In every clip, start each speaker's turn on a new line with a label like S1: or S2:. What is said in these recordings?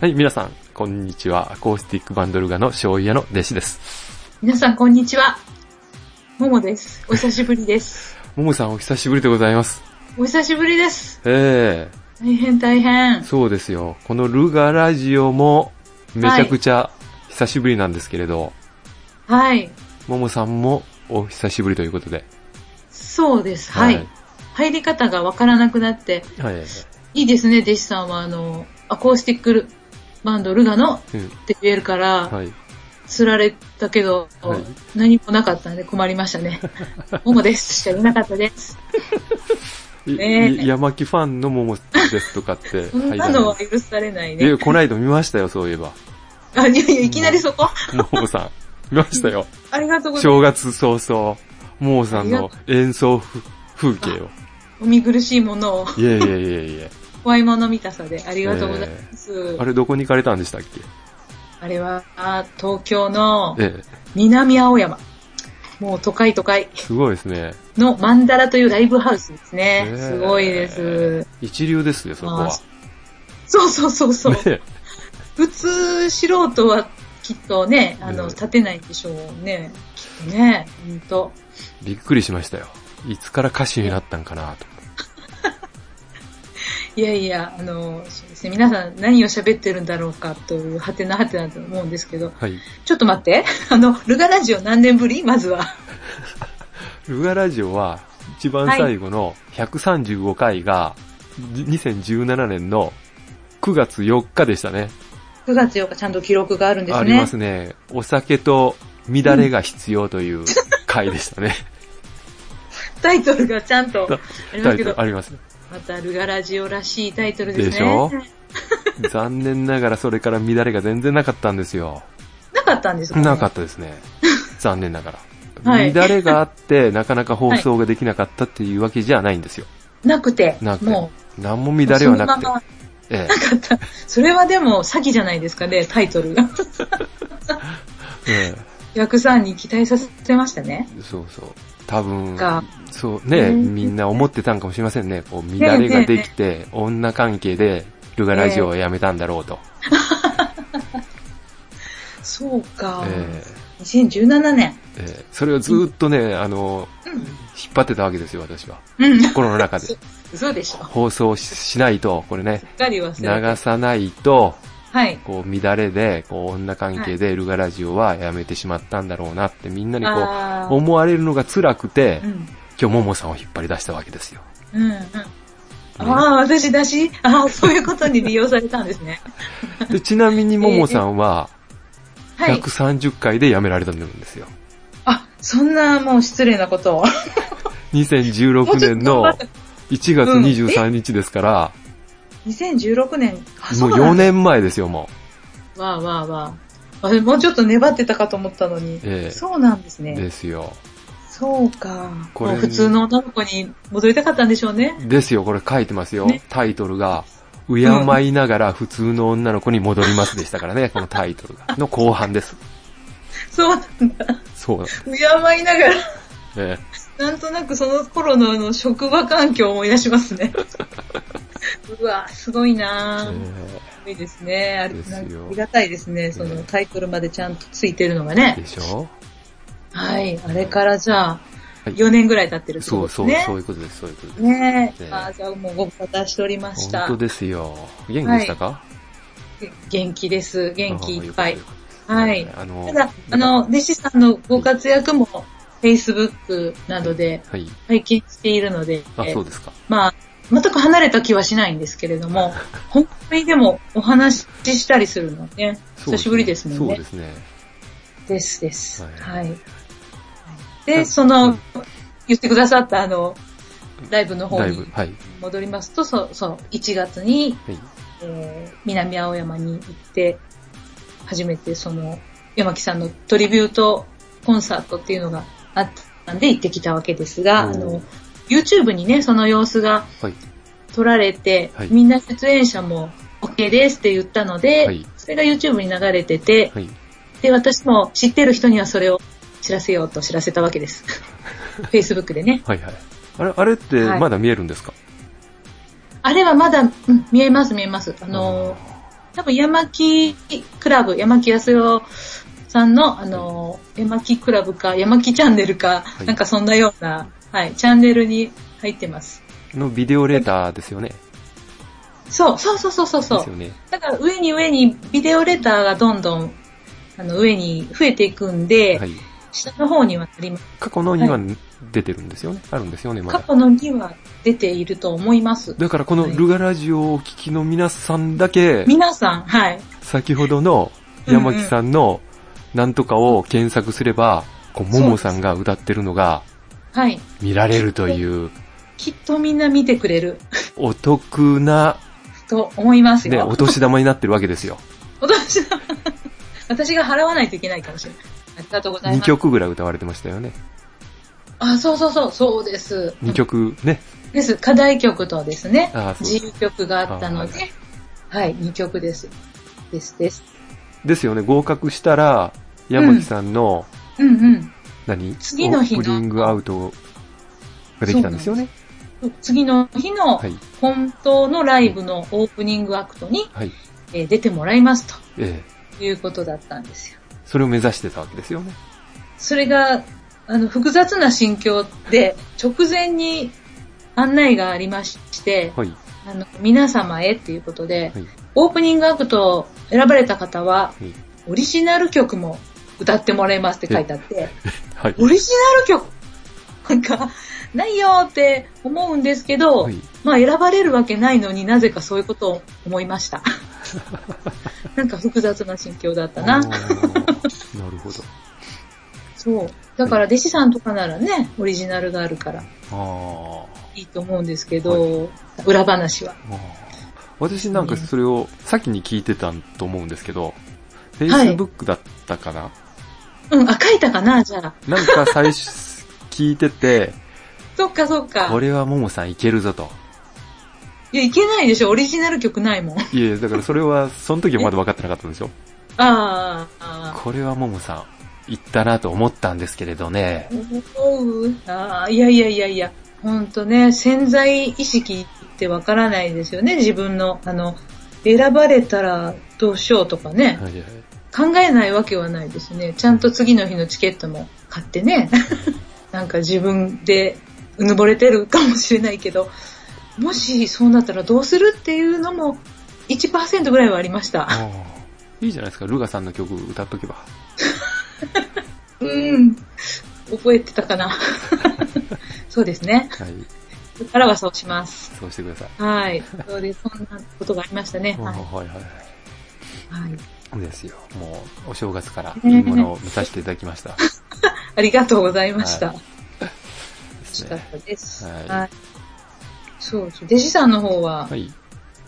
S1: はい、皆さん、こんにちは。アコースティックバンドルガの醤油屋の弟子です。
S2: 皆さん、こんにちは。ももです。お久しぶりです。
S1: ももさん、お久しぶりでございます。
S2: お久しぶりです。
S1: ええ
S2: 大変大変。
S1: そうですよ。このルガラジオも、めちゃくちゃ久しぶりなんですけれど、
S2: はい。
S1: ももさんもお久しぶりということで。
S2: そうです。はい。入り方がわからなくなって、
S1: はい。はい。
S2: いいですね、弟子さんは、あの、アコースティックバンドルガのっ
S1: うん。
S2: て言えるから、
S1: はい。
S2: 釣られたけど、
S1: はい
S2: 何もなかったんで困りまし たね。ももですしかいなかったです。
S1: い
S2: ねえ
S1: い山木ファンのももですとかって。
S2: そんなのは許されない
S1: いや
S2: ね。
S1: こないだ見ましたよ、そういえば。
S2: あ、いやいや、いきなりそこ
S1: ももさん。見ました よ。
S2: ありがとうございま
S1: 正月早々、ももさんの演奏ふ風景を。
S2: す。お見苦しいものを、
S1: いやいやいやいや。
S2: 怖いもの見たさでありがとうございます。
S1: あれどこに行かれたんでしたっけ
S2: あれは、あ東京の
S1: え
S2: 南青山。もう都会都会
S1: え、すごいですね。
S2: のマンダラというライブハウスです
S1: え
S2: ね
S1: え。
S2: すごいです。
S1: 一流ですよ、そこ
S2: まあ
S1: は。
S2: そうそうそうそう。
S1: ね
S2: 普通素人はきっとね、あの、
S1: ええ
S2: 立てないでしょうね。きっとね。ほんと。
S1: びっくりしましたよ。いつから歌手になったんかなと。
S2: いやいや、あの、そうですね。皆さん何を喋ってるんだろうかという、はてなはてなだと思うんですけど。
S1: はい。
S2: ちょっと待って。 あの、ルガラジオ何年ぶりまずは。
S1: ルガラジオは、一番最後の135回が、じ2017年の9月4日でしたね。
S2: 9月8日ちゃんと記録があるんですね。
S1: ありますね。お酒と乱れが必要という回で したね。
S2: タイトルがちゃんとありま
S1: タ
S2: す
S1: イ
S2: け
S1: ト
S2: ど
S1: ル、あります。
S2: またルガラジオらしいタイトルで
S1: で
S2: すね。
S1: しょ残念ながらそれから乱れが全然なかったんですよ。
S2: なかったんですか、。
S1: なかったたです ね。残念ながら。
S2: はい
S1: 乱れがあって、なかなか放送ができなかったっていうわけじゃないんですよ。
S2: なくて。
S1: なくて
S2: も
S1: 何も
S2: う、
S1: 乱れはなくて
S2: そのま。ま
S1: ええ
S2: なかった。それはでも詐欺じゃないですかね、タイト ルが。
S1: え
S2: 役さんに期待させましたね。
S1: えそうそう。多分
S2: が、
S1: そうね、
S2: うん
S1: みんな思ってたんかもしれませんね。こう、乱れができて、女関係で、ルガラジオをやめたんだろうと。
S2: そうか。
S1: え
S2: 2017年。
S1: えええそれをずーっとね、あの、
S2: うん
S1: 引っ張ってたわけですよ、私は。
S2: うん。
S1: 心の中で
S2: そ。嘘でしょ。
S1: 放送ししないと、これね、
S2: しっかり忘れて。
S1: 流さないと、
S2: はい。
S1: こう乱れで、こう女関係でルガラジオはやめてしまったんだろうなってみんなにこ
S2: あ
S1: う
S2: ー
S1: 思われるのが辛くて、
S2: うん。
S1: 今日ももさんを引っ張り出したわけですよ。
S2: うん。うん。ああ、私だし、ああ、そういうことに利用されたんです ね。
S1: でちなみにももさんは
S2: はい。
S1: 130回で辞められたんですよ。
S2: あ、そんなもう失礼なことを。
S1: 2016年の
S2: もうちょっ
S1: 1月23日ですから、
S2: 2016年。
S1: も
S2: あ
S1: う
S2: そうな
S1: 4
S2: んだ
S1: 年前ですよ、も
S2: わあわあわあ。あれもうちょっと粘ってたかと思ったのに。
S1: ええ
S2: そうなんです
S1: う。
S2: ね
S1: で。すよ。
S2: そうか。
S1: これ
S2: もう普通の女の子に戻りたかったんでしょうね。
S1: ですよ、これ書いてますよ
S2: ね。
S1: タイトルが、敬いながら普通の女の子に戻りますでしたからね、このタイトルが。の後半です。
S2: そうなんだ。
S1: そうなんです
S2: 敬いながら、
S1: ね。
S2: なんとなくその頃のあの職場環境を思い出します ね。うわすごいなぁ。す
S1: え
S2: ごいですね。あれ
S1: です
S2: な
S1: よ
S2: んかありがたいですね。そ
S1: ええ
S2: のタイトルまでちゃんとついてるのが
S1: えで
S2: ね。
S1: しょ
S2: はい。あれからじゃあ、
S1: はい
S2: 4年ぐらい経ってるって
S1: そ
S2: こ
S1: うそ
S2: と
S1: う、
S2: ですね。
S1: そういうことです、そういうことです。
S2: ねえ
S1: え。え
S2: あーじゃあもうご無沙汰しておりました。
S1: 本当ですよ。元気でしたか
S2: 元気です。元気いっぱい。。
S1: あ
S2: は
S1: ーよ
S2: い
S1: か。ったよかっ
S2: た
S1: た
S2: だ、あ
S1: あの、
S2: の、弟子さんのご活躍も、Facebook などで
S1: はい。
S2: 拝見しているので、
S1: あ、そうですか。
S2: まあ、全く離れた気はしないんですけれ ども、本当にでもお話ししたりするのね、
S1: そう
S2: 久しぶりですもん
S1: そう
S2: ね
S1: で。すね。
S2: ですです。
S1: は
S2: はいい。
S1: は
S2: で、
S1: い
S2: そうの
S1: ん、
S2: 言ってくださったあの、ライブの方
S1: だい
S2: に
S1: ぶ、はい。
S2: 戻りますと、そう、そう、1月に
S1: はい。
S2: えー南青山に行って、初めてその、山木さんのトリビュートコンサートっていうのがあったんで行ってきたわけですが、あ
S1: おー
S2: の、YouTube にね、その様子が
S1: はい。
S2: 撮られて、
S1: はい
S2: みんな出演者も OK ですって言ったので、
S1: はい
S2: それが YouTube に流れてて、
S1: はい。
S2: で、私も知ってる人にはそれを知らせようと知らせたわけ です。Facebook でね。
S1: はいはい。あれ、あれって
S2: はい
S1: まだ見えるんですか、
S2: あれはまだ、うん、見えます見えます。あのー、多分山木クラブ、山木康代さんの、あのー、山木クラブか、山木チャンネルか、
S1: い
S2: なんかそんなような、はい、チャンネルに入ってます。
S1: のビデオレーターですよね。
S2: そう、そうそうそうそうそ
S1: で
S2: う
S1: すよ。ね。
S2: だから上に上にビデオレターがどんどんあの上に増えていくんで、
S1: はい。
S2: 下の方にはなります。
S1: 過去のには出てるんですよね。あるんですよね、ま
S2: 過
S1: だ。
S2: 去のには出ていると思います。
S1: だからこの
S2: はい
S1: ルガラジオをお聞きの皆さんだけ、
S2: 皆さん、はい。
S1: 先ほどの
S2: うんうん
S1: 山木さんのなんとかを検索すれば、こう、ももさんが歌ってるのが
S2: はい。
S1: 見られるという、
S2: きっとみんな見てくれる
S1: お得な、
S2: と思います
S1: ね、
S2: よ。
S1: お年玉になってるわけです よ。
S2: 私は私が払わないといけないかもしれない。ありがとうござい
S1: 2
S2: ます。
S1: 曲ぐらい歌われてましたよね。
S2: あ、そうそうそう、そうです。
S1: 2曲ね。
S2: です。課題曲とですね、
S1: あそう
S2: 自由曲があったので、はい、2曲です。ですです。
S1: ですよね、合格したら、山木さんの、
S2: うんうん。
S1: 何
S2: 次の日の
S1: オープニングアウトができたんですよね。
S2: 次の日の
S1: はい。
S2: 本当のライブのオープニングアクトに、
S1: はい。
S2: えー出てもらいます
S1: え
S2: ということだったんですよ。
S1: えそれを目指してたわけですよね。
S2: それが、あの、複雑な心境で、直前に案内がありまして、
S1: はい。
S2: あの、皆様へっていうことで、
S1: はい。
S2: オープニングアクトを選ばれた方は、
S1: はい
S2: オリジナル曲も歌ってもらえますって書いてあって、
S1: はい。
S2: オリジナル曲なんか、ないよーって思うんですけど、
S1: はい
S2: まあ選ばれるわけないのになぜかそういうことを思い ました。なんか複雑な心境だった
S1: あ
S2: な。
S1: ーなるほど。
S2: そう。だから弟子さんとかならね、オリジナルがあるから
S1: あ
S2: いいと思うんですけど、裏話は。
S1: ーあー。私なんかそれを先に聞いてたと思うんですけど、
S2: い
S1: Facebook だったかな、
S2: うん、あ、書いたかなじゃあ。
S1: なんか最初聞いて て、
S2: そっかそっか。
S1: これはももさんいけるぞと。
S2: いや、いけないでしょ。オリジナル曲ないもん。
S1: いえ、だからそれは、その時はまだ分かってなかったんですよ。
S2: あーあ
S1: これはももさん、いったなと思ったんですけれどね。
S2: ー、思う。ああ、いやいやいやいや。ほんとね、潜在意識ってわからないですよね。自分の、あの、選ばれたらどうしようとかね。
S1: はいはい
S2: 考えないわけはないですね。ちゃんと次の日のチケットも買ってね。 なんか自分でうぬぼれてるかもしれないけど、もしそうなったらどうするっていうのも1%ぐらいはありました。
S1: あーいいじゃないですか、ルガさんの曲歌っとけば。
S2: うん。覚えてた かな。そうですね。
S1: はい、
S2: これからはそうします。
S1: そうしてください。
S2: はい。そうです。そんなことがありましたね。
S1: うん
S2: はい。
S1: はいはいは
S2: はい、
S1: い。ですよ。もう、お正月 から
S2: えー
S1: いいものを見させていただきました。で
S2: ありがとうございました。
S1: は
S2: 楽し
S1: す
S2: か
S1: ね
S2: ったです。
S1: はい
S2: はい。そうそう。弟子さんの方は
S1: は、い。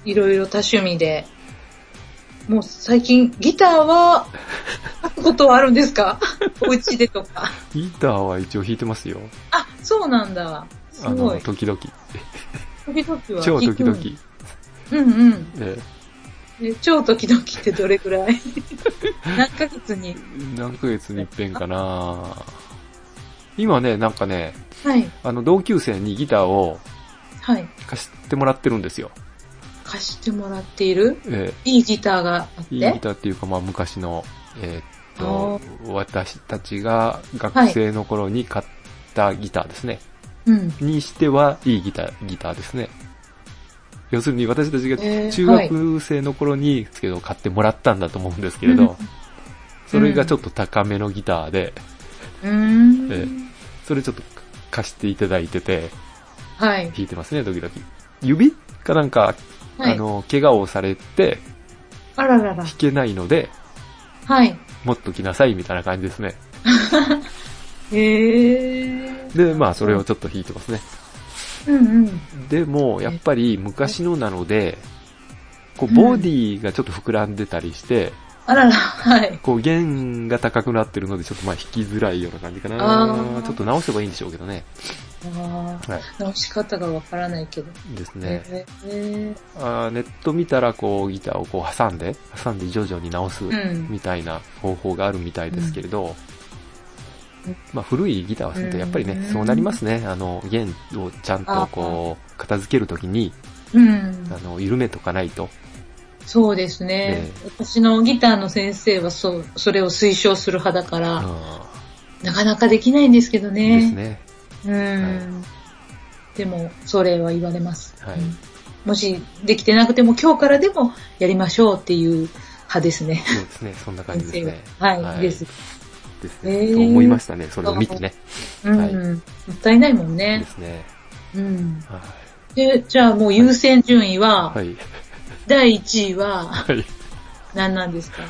S2: いろいろ多趣味で、もう最近ギターは、書くことはあるんで すかお家でとか。
S1: ギターは一応弾いてますよ。
S2: あ、そうなんだ。す
S1: あ
S2: ご
S1: の、
S2: い。
S1: 時々。
S2: 時々は。
S1: 超時々。
S2: うんうん。
S1: え
S2: え超時々ってどれくらい 何ヶ月に
S1: ー何ヶ月に一遍かな今ね、なんかね、
S2: はい。
S1: あの、同級生にギターを
S2: はい。
S1: 貸してもらってるんですよ。
S2: 貸してもらっている
S1: え
S2: いいギターがあっ
S1: ーいいギ
S2: て。
S1: ターっていうか、まあ、昔の、えー
S2: あ
S1: っと、私たちが学生の頃に買ったギターですね。
S2: うん。
S1: にしてはいいギター、ギターですね。要するに私たちが
S2: えー
S1: 中学生の頃に、けど買ってもらったんだと思うんですけれど、
S2: うん
S1: それがちょっと高めのギターで、
S2: うーん。
S1: えそれちょっと貸していただいてて、
S2: はい。
S1: 弾いてますね、時々。指かなんか、
S2: は
S1: あ
S2: い。
S1: の、怪我をされて、
S2: あららら
S1: 弾。けないので、
S2: はい。
S1: 持っときなさい、みたいな感じですね。
S2: へー。
S1: で、まあ、それをちょっと弾いてますね。
S2: うんうん。
S1: でも、やっぱり昔のなので、こう、ボディがちょっと膨らんでたりして、
S2: ああらら、はい。
S1: こう、弦が高くなってるので、ちょっとまあ弾きづらいような感じか
S2: あ
S1: な。
S2: ー
S1: ちょっと直せばいいんでしょうけどね。
S2: あ
S1: はい。
S2: あ、直し方がわからないけど。
S1: ですね。
S2: ええ
S1: あーネット見たら、こう、ギターをこう挟んで、挟んで徐々に直す
S2: ん
S1: みたいな方法があるみたいですけれど、まあ、古いギターはすると、やっぱりね、
S2: うん
S1: そうなりますね。あの、弦をちゃんとこう、片付けるときに、
S2: うん。
S1: あの、緩めとかないと。
S2: そうですね。
S1: ね
S2: 私のギターの先生はそう、それを推奨する派だから、
S1: う
S2: なかなかできないんですけど
S1: ん。で
S2: ね。
S1: すね。
S2: うん。でも、それは言われます、
S1: はい
S2: うんもしできてなくても今日からでもやりましょうっていう派ですね。
S1: そうですね。そんな感じですね
S2: 先。生はいです
S1: ですね、
S2: えー
S1: と思いましたね。それを見てね。
S2: うん。
S1: はい
S2: もったいないもん
S1: で
S2: ね。
S1: すね。
S2: うん。
S1: は
S2: で、じゃあもう優先順位は、
S1: い。はい。
S2: 第1位は
S1: はい。
S2: 何なんですか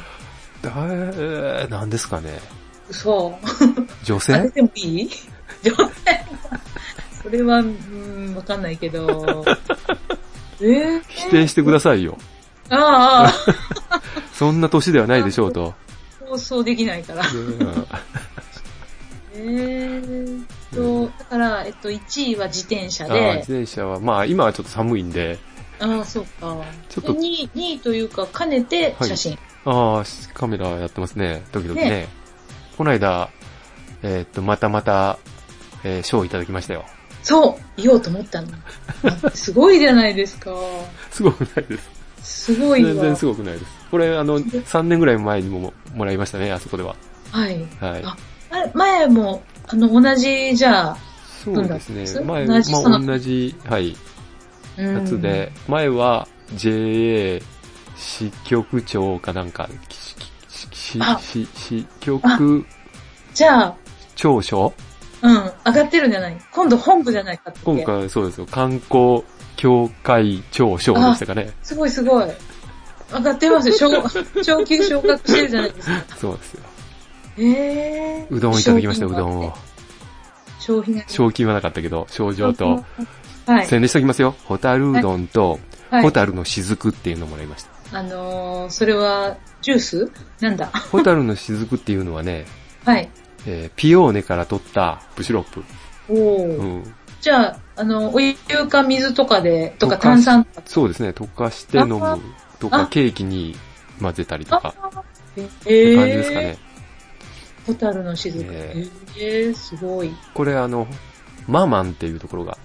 S1: だえー、なんですかね。
S2: 嘘。
S1: 女
S2: 当て
S1: 性
S2: てもいい 冗談。それは、うん、わかんないけ ど。えー、
S1: 否定してくださいよ。
S2: ああ、
S1: そんな年ではないでしょうと。
S2: 放送できない から。
S1: うん
S2: えーっと、だから、えっと、1位は自転車
S1: あー
S2: で
S1: 自、転車は、まあ今はちょっと寒いんで、
S2: ああ、そうか。
S1: ちょっと
S2: で2位、2位というか、兼ねて写真。
S1: ああ、しカメラやってますね。時々ね。
S2: ね
S1: この間、えーっと、またまた、えー賞をいただきましたよ。
S2: そう、言おうと思ったの。すごいじゃないですか。
S1: すごくないです。
S2: すごいわ。
S1: 全然すごくないです。これ、あの、3年ぐらい前にもももらいましたね、あそこでは。
S2: はい。
S1: はい。
S2: ああれ前も、あの、同じ、じゃあ、
S1: そうですね。
S2: 文
S1: 前、
S2: 学
S1: ま
S2: 同じそ
S1: あ、
S2: の
S1: 同じ、はい、
S2: うん
S1: やつで、前は JA 支局長かなんか、しし
S2: あ
S1: し支局
S2: じゃあ、
S1: 長所
S2: うん、上がってるんじゃない今度本部じゃないかって。
S1: 今回そうですよ。観光協会長所でしたかね。
S2: すごいすごい。上がってますよ。昇昇級昇格してるじゃないですか。
S1: そうですよ。
S2: えー、
S1: うどんをいただきました、うどんを。
S2: 商品が。商
S1: 賞金はなかったけど、賞
S2: 品
S1: 状
S2: が
S1: と、。
S2: はい。
S1: 宣伝しておきますよ。ホタルうどんと、
S2: はい
S1: ホタルの雫っていうのをもらいました。
S2: あのー、それは、ジュースなんだ。
S1: ホタルの雫っていうのはね、
S2: はい。
S1: えーピオーネから取ったブシロップ。
S2: おー
S1: うん。
S2: じゃあ、あの、お湯か水とかで、とか
S1: 溶かし
S2: 炭酸とか。
S1: そうですね、溶かして飲
S2: あ
S1: むとか
S2: あ、
S1: ケーキに混ぜたりとか、っ
S2: あー
S1: て
S2: え
S1: 感じですかね。。
S2: ホタルの雫。
S1: え
S2: えー、すごい。
S1: これあの、マーマンっていうところが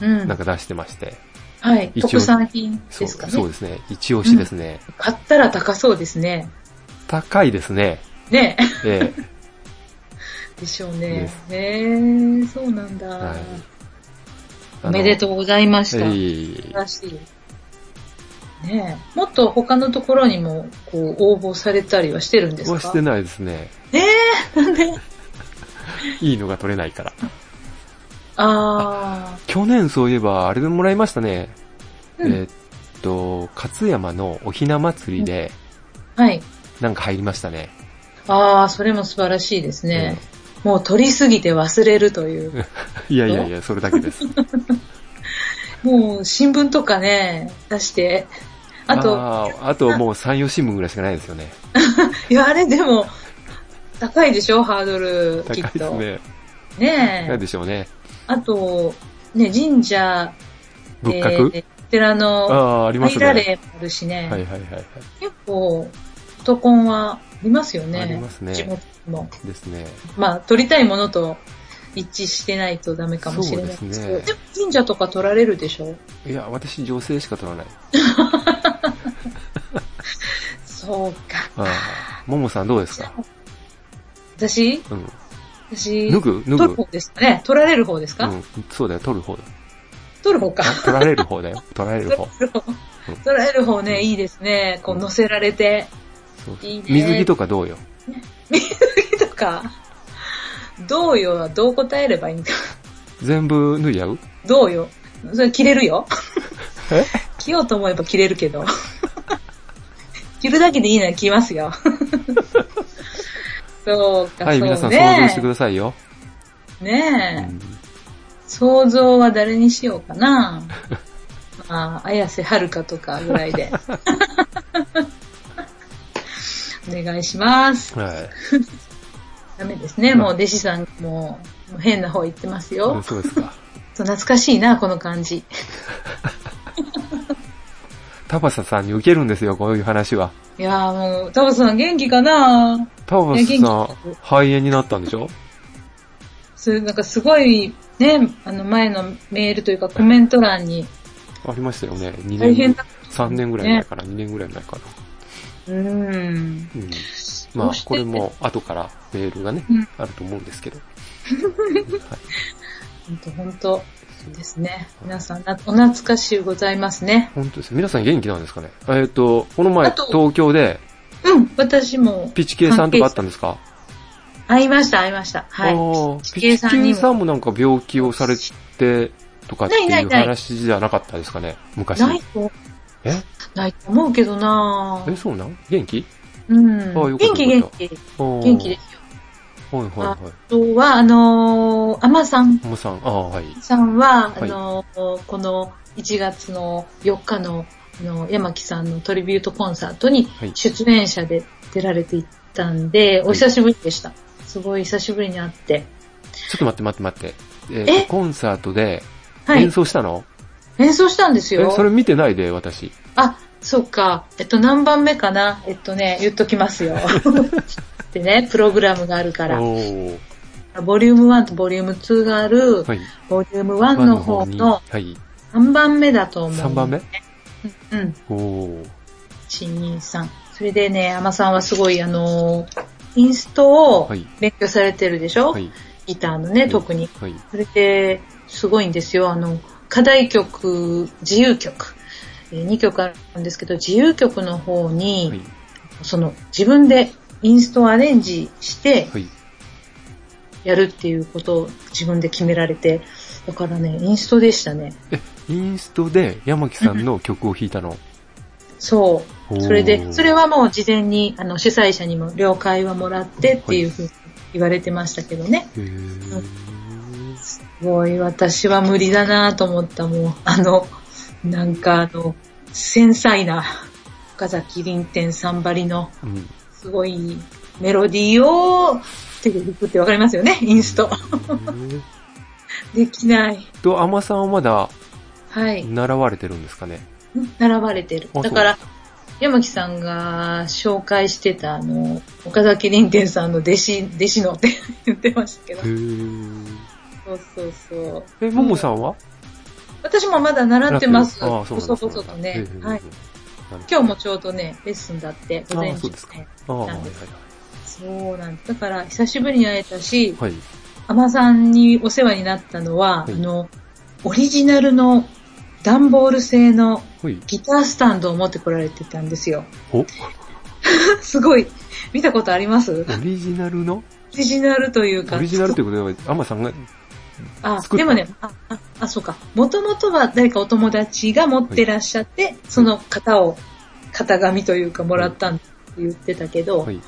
S2: うん。
S1: なんか出してまして、
S2: はい。
S1: 一応
S2: 特産品
S1: そ
S2: で
S1: う
S2: すかね。
S1: そうですね、一押しですね。
S2: 買ったら高そうですね。
S1: 高いですね。
S2: ね。
S1: え
S2: でしょう
S1: で
S2: ね
S1: す。
S2: へえー、そうなんだ、
S1: えはい。
S2: おめでとうございました。素
S1: い
S2: 晴らしい。ねえ。もっと他のところにも、こう、応募されたりはしてるんですか
S1: はしてないですね。
S2: えー、なん で
S1: いいのが取れないから。
S2: あ
S1: 去年そういえば、あれでもらいましたね。
S2: ー、うん
S1: えーっと、勝山のおひな祭りで、
S2: はい。
S1: なんか入りましたね。
S2: あー、それも素晴らしいですね。もう取りすぎて忘れると いう。
S1: いやいやいや、それだけです。
S2: もう新聞とかね、出して。 あと、
S1: ーあともう3、4新聞ぐらいしかないですよね。
S2: いや、あれでも、高いでしょハードル、
S1: 高
S2: き
S1: い
S2: っ
S1: です
S2: と。
S1: ね。
S2: ね
S1: 高い
S2: え。
S1: でしょうね。
S2: あと、ね、神社、
S1: 仏閣、
S2: えー寺
S1: あ
S2: の
S1: あ、ありますね。
S2: 入ら
S1: はい
S2: れもあるしね、
S1: はいはいはい。
S2: 結構、男コンはありますよね。
S1: ありますね
S2: 地元にも。
S1: ですね。
S2: まあ、取りたいものと一致してないとダメかもしれないですけ
S1: そう
S2: ど、
S1: です
S2: でも神社とか取られるでしょ
S1: いや、私女性しか取らない。
S2: そうか。
S1: ああ、ももさんどうですか
S2: 私
S1: うん。
S2: 私、
S1: 脱ぐ脱
S2: 取る
S1: ぐ
S2: 方ですかね取られる方です
S1: う
S2: か、
S1: ん。そうだよ、取る方だ。
S2: 取る方か。
S1: あ取られる方だよ。取られる方。うん
S2: 取られる方ね、いいですね。こう乗せられて。
S1: そう
S2: いいね
S1: 水着とかどうよ。
S2: とか、どうよはどう答えればいいんか。
S1: 全部脱いじゃう
S2: どうよ。それ着れるよ
S1: え。
S2: 着ようと思えば着れるけど。着るだけでいいなら着ま すよ。そうか、
S1: はい、
S2: そうね。
S1: 皆さん想像してくださいよ。う
S2: ねえ、
S1: ん
S2: 想像は誰にしようかな。まあ、綾瀬はるかとかぐらいで。お願いします。
S1: はい。
S2: ダメですね。もう弟子さん、もう、もう変な方行ってますよ。
S1: そうですか。
S2: 懐かしいな、この感じ。
S1: タパサさんに受けるんですよ、こういう話は。
S2: いやーもう、タバさん元気かな
S1: タパサ
S2: いや元
S1: さん、肺炎になったんでしょ
S2: そういう、なんかすごい、ね、あの前のメールというかコメント欄に、
S1: ありましたよね。2
S2: 大
S1: 年
S2: 変だ、
S1: 3年ぐらい前かな、2年ぐらい前かな。
S2: うーん。
S1: うん。まあ
S2: どうし、て
S1: これも後からメールがね、
S2: うん
S1: あると思うんですけど。
S2: 本当本当ですね。皆さん、なお懐かしゅうございますね。
S1: 本当です。皆さん元気なんですかねえっ、と、この前
S2: あと
S1: 東京で
S2: うん、私も
S1: ピチケイさんとかあったんですか
S2: 会いました、会いました。は
S1: あ
S2: い
S1: ー。
S2: チ
S1: ピ
S2: ケイ
S1: チ
S2: さん
S1: ケ
S2: に
S1: イさ
S2: も。
S1: んもなんか病気をされてとかって
S2: ないないいうない
S1: 話じゃなかったですかね昔。
S2: ないと、
S1: え
S2: ないと思うけどな
S1: え、そうなん元気
S2: うん。
S1: あよかっ
S2: 元
S1: た
S2: 気
S1: よか
S2: 元
S1: っ
S2: 気。
S1: 元
S2: 元気ですよ。
S1: はいはいはい。
S2: あとは、あのー、アマさん
S1: おもさん、ああ、はい。
S2: さんは、
S1: はい
S2: あのー、この1月の4日の、あの、山木さんのトリビュートコンサートに
S1: はい
S2: 出演者で出られていったんで、
S1: い
S2: お久しぶりでした。すごい久しぶりに会って。
S1: ちょっと待って待って待って。えー
S2: え
S1: コンサートで
S2: はい
S1: 演。奏したの、
S2: 演奏したんですよ
S1: え、。それ見てないで、私。
S2: あ、そうか。えっと、何番目かなえっとね、言っときま すよ。でね、プログラムがある
S1: お
S2: から。
S1: ー。
S2: ボリューム1とボリューム2がある、
S1: はい。
S2: ボリューム1の方
S1: に
S2: の
S1: はい。
S2: 3番目だと思う。
S1: 3番目
S2: うん。
S1: おー。
S2: 1、2、3。それでね、アマさんはすごい、あのーインストを
S1: はい
S2: 勉強されてるでしょ、
S1: はい。
S2: ギターのね、特に。
S1: はい。
S2: それで、すごいんですよ。あの、課題曲、自由曲。2曲あるんですけど、自由曲の方に、
S1: はい。
S2: その自分でインストをアレンジして
S1: はい。
S2: やるっていうことを自分で決められて、だからね、インストでしたね。
S1: え、インストで山木さんの曲を弾いたの。
S2: そ
S1: おー
S2: う。それで、それはもう事前にあの主催者にも了解はもらってっていうふうに言われてましたけどね。
S1: へー
S2: すごい、私は無理だなと思った、もう。あの、なんかあの、繊細な、岡崎林天さんばりの、
S1: うん。
S2: すごいメロディーを、手で弾くってわかりますよね、インスト。
S1: え
S2: できない。
S1: っと、アマさんはまだ
S2: はい。
S1: 習われてるんですかね。
S2: 並ばれてる
S1: あ。
S2: だから、山木さんが紹介してた、あの、岡崎林天さんの弟子、弟子のって 言ってましたけど
S1: へ。ー
S2: そうそうそう。
S1: え、ももさんは
S2: 私もまだ習ってます。
S1: ああ、そうなんだ
S2: 細々とね。
S1: そうなんだ
S2: はい。
S1: へーなるほど
S2: 今日もちょうどね、レッスンだって、午
S1: あ
S2: 前
S1: あ
S2: 中
S1: そう
S2: ね
S1: ですかああ、はいはい
S2: そうなんです。だから、久しぶりに会えたし、
S1: はい。はい。
S2: アマさんにお世話になったのは、
S1: はい
S2: あの、オリジナルの段ボール製の
S1: はい。
S2: ギタースタンドを持ってこられてたんですよ。
S1: お、オ
S2: すごい。見たことあ ります
S1: リジナルの
S2: オリジナルというか。
S1: オリジナルということで、アマさんが、
S2: あ
S1: 作、った
S2: でもね、あ、あ、あそうか。もともとは誰かお友達が持ってらっしゃって、その型を、型紙というかもらったんって言ってたけど、
S1: はい。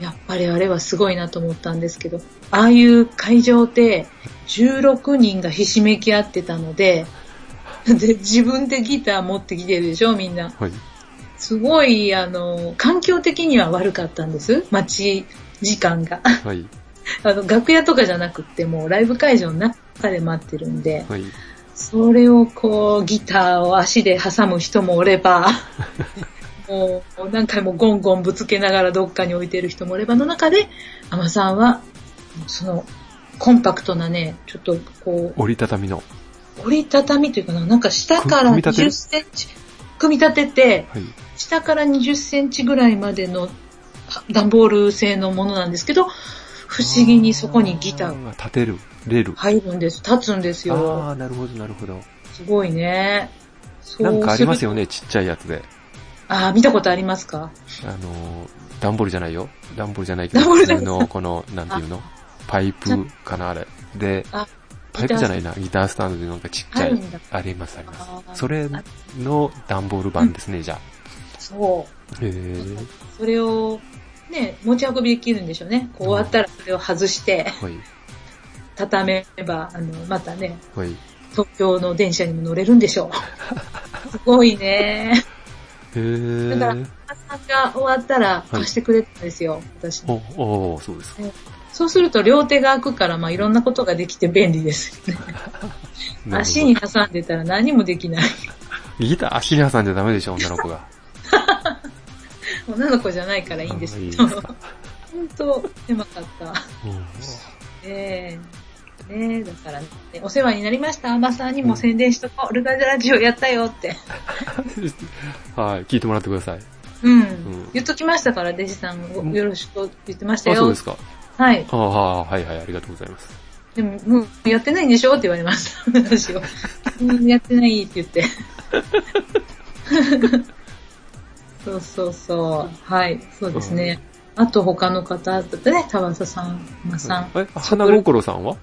S2: やっぱりあれはすごいなと思ったんですけど、ああいう会場で16人がひしめき合ってたので、 で、自分でギター持ってきてるでしょ、みんな。
S1: はい。
S2: すごい、あの、環境的には悪かったんです。待ち時間が。
S1: はい。
S2: あの、楽屋とかじゃなくって、もうライブ会場の中で待ってるんで、
S1: はい。
S2: それをこう、ギターを足で挟む人もお れば、もう何回もゴンゴンぶつけながらどっかに置いてる人もおればの中で、アマさんは、その、コンパクトなね、ちょっとこ
S1: 折りたたみの。
S2: う、折りたたみというかな、なんか下から
S1: 組み立てる
S2: 20センチ、組み立てて、
S1: はい。
S2: 下から20センチぐらいまでのあ段ボール製のものなんですけど、不思議にそこにギター
S1: が。
S2: が
S1: 立てる。レール。
S2: 入るんです、立つんです
S1: あ
S2: よ。
S1: あ、なるほど、なるほど。
S2: すごいね。そう
S1: なんかあります
S2: よ。
S1: よね、ちっちゃいやつで。
S2: ああ、見たことありますか
S1: あのー、段ボールじゃないよ。段ボールじゃないけど、
S2: 段ボー
S1: 普
S2: ルじゃ
S1: 通
S2: ない
S1: の、この、なんていうのパイプかな、あれ。で
S2: あ、
S1: パイプじゃないな、ギタースタンドでなんかちっちゃ
S2: ある
S1: い。
S2: んだ。
S1: あります、ありま
S2: あー
S1: す。それの段ボール版ですね、じゃあ。
S2: そう。
S1: へー
S2: それを、ね、持ち運びできるんでしょうね。こう終わったらそれを外して、
S1: はい。
S2: 畳めば、あの、またね、
S1: はい。
S2: 東京の電車にも乗れるんでしょ う。すごいね。
S1: へ
S2: だから
S1: ー
S2: 朝が終わったら
S1: い
S2: 貸してくれてったんですよ、私。
S1: おおそうですか。
S2: そうすると両手が空くから、まあいろんなことができて便利ですよね。
S1: なるほど
S2: 足に挟んでたら何もできない。
S1: ギター足に挟んじゃダメでしょ、女の子 が。
S2: 女の子じゃないからいいんです
S1: あいい
S2: け
S1: です
S2: ど。
S1: か。
S2: 本当、狭かった。
S1: うん
S2: ええねえ、だから、ね、お世話になりました。アマさんにも宣伝しとこう。ルカジラジオやったよって。
S1: はい、聞いてもらってください。
S2: うん。
S1: ん
S2: 言っときましたから、弟子さん、よろしくと言ってました
S1: あ、
S2: よ。
S1: そうですか。
S2: はい。
S1: ああ、はいはい、ありがとうございます。
S2: でも、もうやってないんでしょって言われました。 私を。うんやってないって言って。 そうそうそう。はい。そうですね。あと他の方だったね、田畑さん、馬さん。
S1: え、花心さんは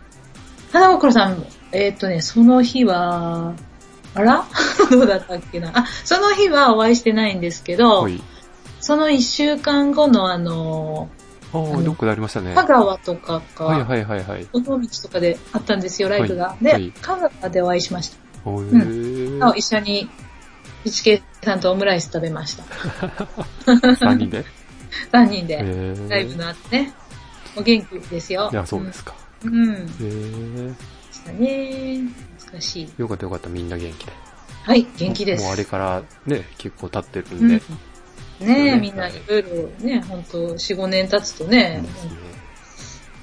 S2: 花心さん、えーっ、とね、その日は、あら どうだったっけな。あ、その日はお会いしてないんですけど、
S1: はい。
S2: その一週間後のあの、
S1: あ
S2: あ
S1: あ、
S2: の
S1: どっかでありましたね。
S2: 香川とかか、
S1: はいはいはいはい。
S2: 尾道とかであったんですよ、ライブが。
S1: はい
S2: で、
S1: はい
S2: 香川でお会いしました。
S1: おえ
S2: あ一緒に、HK さんとオムライス食べました。
S1: 3人で。
S2: 3人で、
S1: え
S2: ライブの後ね。お元気ですよ。
S1: いや、そうですか。
S2: うん。うん。で
S1: えー、
S2: したね。難しい。
S1: よかったよかった、みんな元気で。
S2: はい、元気です。
S1: もうあれからね、結構経ってる
S2: うんん
S1: で。
S2: ね
S1: は
S2: え、
S1: い
S2: みんないろいろね、ほんと、4、5年経つとね
S1: いい、ですね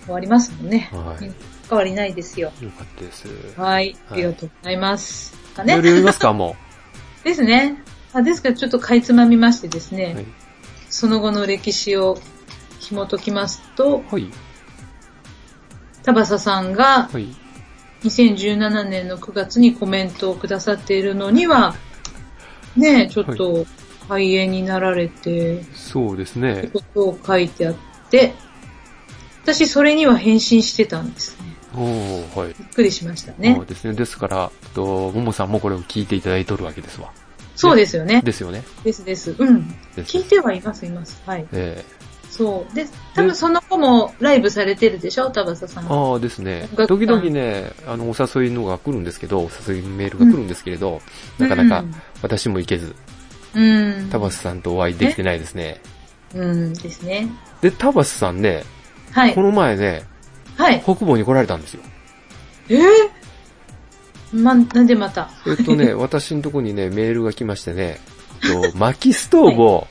S2: 変わりますもんね。
S1: は
S2: 変わりないですよ。
S1: い。よかったです。
S2: はい、
S1: はい
S2: ありがとうございます。か
S1: メール
S2: ね。
S1: 読みますか、も
S2: ですね。あですから、ちょっとかいつまみましてです
S1: う。
S2: ね、
S1: はい。
S2: その後の歴史を紐解きますと、
S1: はい。
S2: 田畑さんが
S1: はい。
S2: 2017年の9月にコメントをくださっているのには、ねえ、ちょっと肺炎になられて、
S1: そうです
S2: って
S1: ね。
S2: ことを書いてあって、私それには返信してたんですね。
S1: おー、はい。
S2: びっくりしました
S1: そ
S2: ね
S1: う。ですね。ですから、えっと、ももさんもこれを聞いていただいとるわけですわ。
S2: そうですよね。
S1: ですよね。
S2: ですです。うん。
S1: です
S2: 聞いてはいます、います。はい。
S1: え
S2: そう。で、多分その子もライブされてるでしょ田畑さん。
S1: ー、ああですね。
S2: 楽
S1: 時々ね、あの、お誘いのが来るんですけど、お誘いメールが来るんですけれど、なかなか私も行けず、
S2: うん。うん。
S1: タバスさんとお会いできてないですね。
S2: うんですね。
S1: で、タバスさんね、
S2: はい
S1: こ。の前ね、
S2: はい。
S1: 北房に来られたんですよ。
S2: えー、ま、なんでまた。
S1: えっとね、私のとこにね、メールが来ましてね、えっと薪ストーブを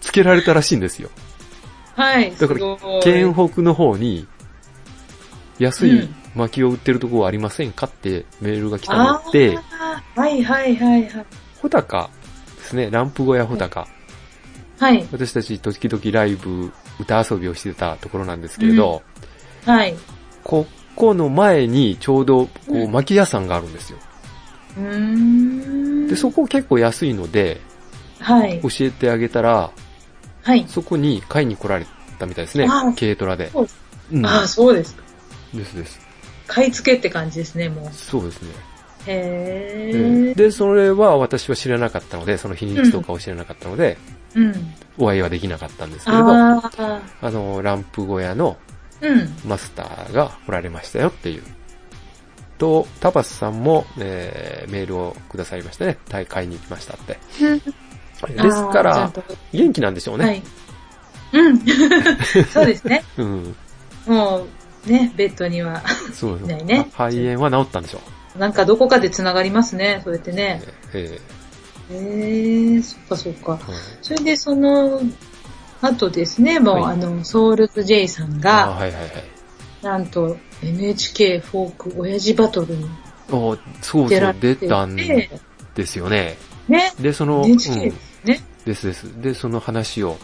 S1: つけられたらしいんですよ。
S2: はい。
S1: だから
S2: すごい
S1: 県北の方に、安い薪を売ってるところはありませんかってメールが来た
S2: あ
S1: ので、
S2: ーはいはいはいはい。
S1: 穂高ですね、ランプ小屋穂高。
S2: はい。
S1: 私たち時々ライブ、歌遊びをしてたところなんですけれど、
S2: はい。
S1: ここの前にちょうどこ
S2: う
S1: うん薪屋さんがあるんですよ。
S2: うーん。
S1: で、そこ結構安いので、
S2: はい。
S1: 教えてあげたら、
S2: はい。
S1: そこに買いに来られたみたいですね
S2: あ。
S1: 軽トラで。
S2: そうです
S1: うん。
S2: ああ、そうですか。
S1: ですです。
S2: 買い付けって感じですね、もう。
S1: そうですね。
S2: へ
S1: えー
S2: え。
S1: で、それは私は知らなかったので、その日にちとかを知らなかったので、
S2: うん。
S1: お会いはできなかったんですけれど、あ
S2: ああ、
S1: の、ランプ小屋の
S2: うん。
S1: マスターがおられましたよっていう。と、タバスさんも、えーメールをくださいましたね。大会に行きましたって。ですか
S2: あ
S1: ら
S2: ー、ちゃんと
S1: 元気なんでしょうね。
S2: はい。うん。 そうですね。
S1: うん。
S2: もう、ね、ベッドには、
S1: そうそう。
S2: ないね
S1: あ肺炎は治ったんでしょう。
S2: なんかどこかで繋がりますね、そうやってね。
S1: え
S2: へえ、そっかそっか。
S1: ーはい
S2: それで、その、あとですね、もう、
S1: はい
S2: あの、ソウルズ J さん
S1: あー
S2: が、
S1: はいはいはい。
S2: なんと、NHK フォーク親父バトルに
S1: おそう
S2: 出
S1: そ
S2: ら
S1: う、
S2: れ
S1: 出
S2: て
S1: たん
S2: て、
S1: ですよね。
S2: ね、
S1: で、その、うん、
S2: NHK で
S1: です
S2: ね。
S1: です。で、その話を、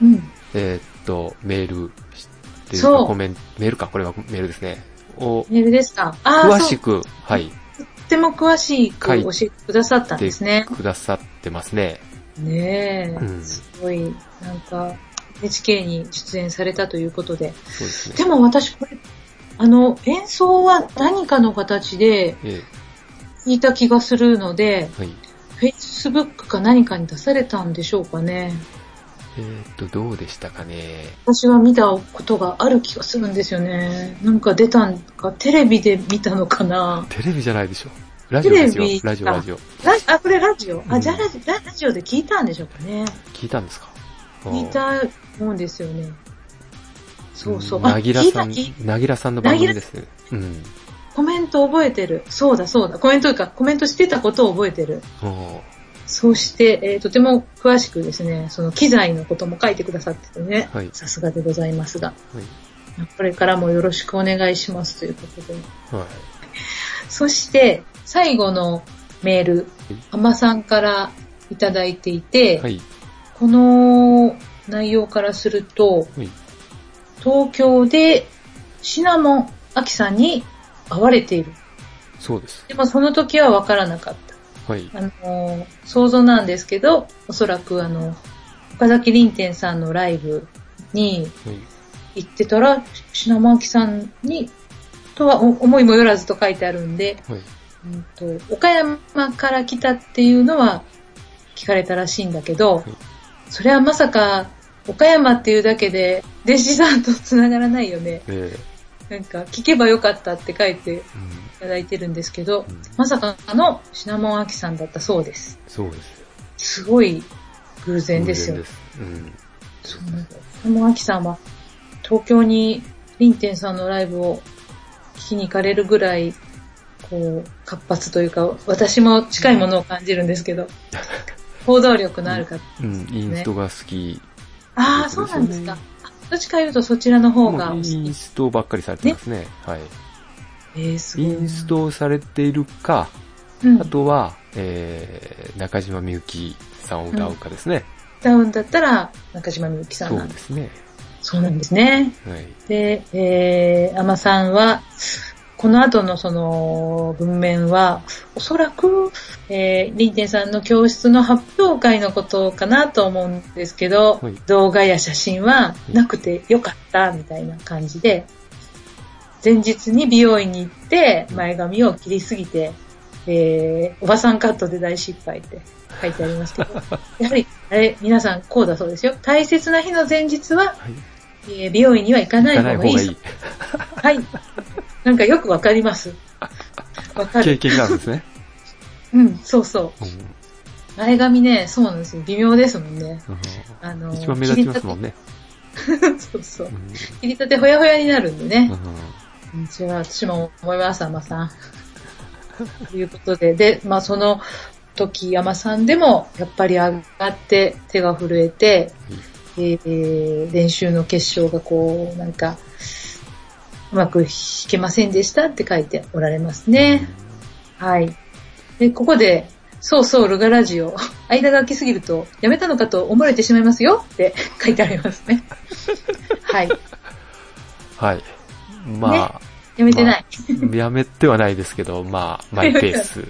S2: うん。
S1: えーっと、メールっていう
S2: そ
S1: か
S2: う
S1: コメント、メールか、これはメールですね。を、
S2: メールですかああ、
S1: 詳
S2: そ
S1: し
S2: う。
S1: く、はい、
S2: とっても詳しく教えてくださったんですね。
S1: くださってますね。
S2: ね
S1: う
S2: え、
S1: ん
S2: すごい、なんか、NHK に出演されたということで。
S1: そうですね。
S2: でも私、これ、あの、演奏は何かの形で
S1: え
S2: 聞いた気がするので、
S1: えはい。
S2: Facebook か何かに出されたんでしょうかね。
S1: えーっと、どうでしたかね。
S2: 私は見たことがある気がするんですよね。なんか出たんか、テレビで見たのかな。
S1: テレビじゃないでしょ。ラジオですよ
S2: テレビ。か
S1: ラジオ、ラジオ。
S2: ラあ、これラジオ、
S1: う
S2: あ、
S1: ん
S2: じゃあラジララジオで聞いたんでしょうかね。
S1: 聞いたんですか
S2: 似たもんですよね。そうそう。
S1: なぎらさ
S2: あ
S1: ん
S2: 聞い、
S1: なぎらさんの番組ですね。うん。
S2: たコメント覚えてる。そうだそうだ。コメントというか、コメントしてたことを覚えてる。
S1: おー
S2: そうして、えーとても詳しくですね、その機材のことも書いてくださっててね、
S1: はい
S2: さすがでございますが、
S1: はい。
S2: これからもよろしくお願いしますということで。
S1: はい。
S2: そして、最後のメール、浜さんからいただいていて、
S1: はい。
S2: この内容からすると、
S1: はい
S2: 東京でシナモンアキさんに会われている。
S1: そうです。
S2: でもその時はわからなかった。
S1: はい。
S2: あの、想像なんですけど、おそらくあの、岡崎林天さんのライブに
S1: はい。
S2: 行ってたら、シナマンキさんに、とはお思いもよらずと書いてあるんで、
S1: はい。
S2: うんと、岡山から来たっていうのは聞かれたらしいんだけど、それはまさか、岡山っていうだけで、弟子さんと繋がらないよね。
S1: え
S2: なんか、聞けばよかったって書いてい
S1: ーうん
S2: ただいてるんですけど、
S1: うん
S2: まさかのシナモンアキさんだったそうです。
S1: そうですよ。
S2: すごい偶然ですよ
S1: 偶。然です
S2: そうなんだでも、アキさんは、東京に、リンテンさんのライブを聞きに行かれるぐらい、こう、活発というか、私も近いものを感じるんですけど、行動力のある方。
S1: うん。うん。インストが好き。
S2: ああ、
S1: そ
S2: そうう
S1: です
S2: な
S1: ね
S2: んですか。あどっちか言うとそちらの方が
S1: も
S2: お
S1: う
S2: 好
S1: イン
S2: き。
S1: ストばっかりされてますね。はい。
S2: えー、す
S1: イ
S2: ごいな
S1: ンス、トされているか、
S2: うん、
S1: あとは、えー、中島みゆきさんを歌うかですね。
S2: ダウンだったら、中島みゆきさん
S1: そ
S2: な
S1: うんで
S2: です。
S1: すね。
S2: そうなんですね。
S1: はい。
S2: で、えー、アマさんは、この後のその文面は、おそらく、えー、リンテンさんの教室の発表会のことかなと思うんですけど、
S1: はい
S2: 動画や写真はいなくてよかったみたいな感じで、前日に美容院に行って、
S1: うん
S2: 前髪を切りすぎて、えー、おばさんカットで大失敗って書いてありますけ ど、やはり、あれ、皆さんこうだそうですよ。大切な日の前日は、
S1: はい。
S2: えー美容院には行かない
S1: 行か
S2: 方
S1: な
S2: が
S1: い
S2: い
S1: 方がい
S2: いそう
S1: い。
S2: はい。なんかよくわか ります。わか
S1: 経
S2: る。
S1: 験があるんですね。
S2: うん、そうそうう。
S1: ん
S2: 前髪ね、そうなんですよ。微妙ですもんね。
S1: うん
S2: あの、
S1: 一番目立ちますもんね。
S2: 切り立て。 そうそう
S1: う。ん
S2: 切り立てほやほやになるんで
S1: う
S2: ね。
S1: ん
S2: うん、それは私も思います、山さん。 ということで、で、まあその時、山さんでも、やっぱり上がって手が震えて、えー練習の結晶がこう、なんか、うまく弾けませんでしたって書いておられますね。はい。で、ここで、そうそう、ルガラジオ。 間が空きすぎると、やめたのかと思われてしまいますよって書いてありますね。はい。
S1: はい。まあ、
S2: やめてない。
S1: やめてはないですけど、まあ、マイペース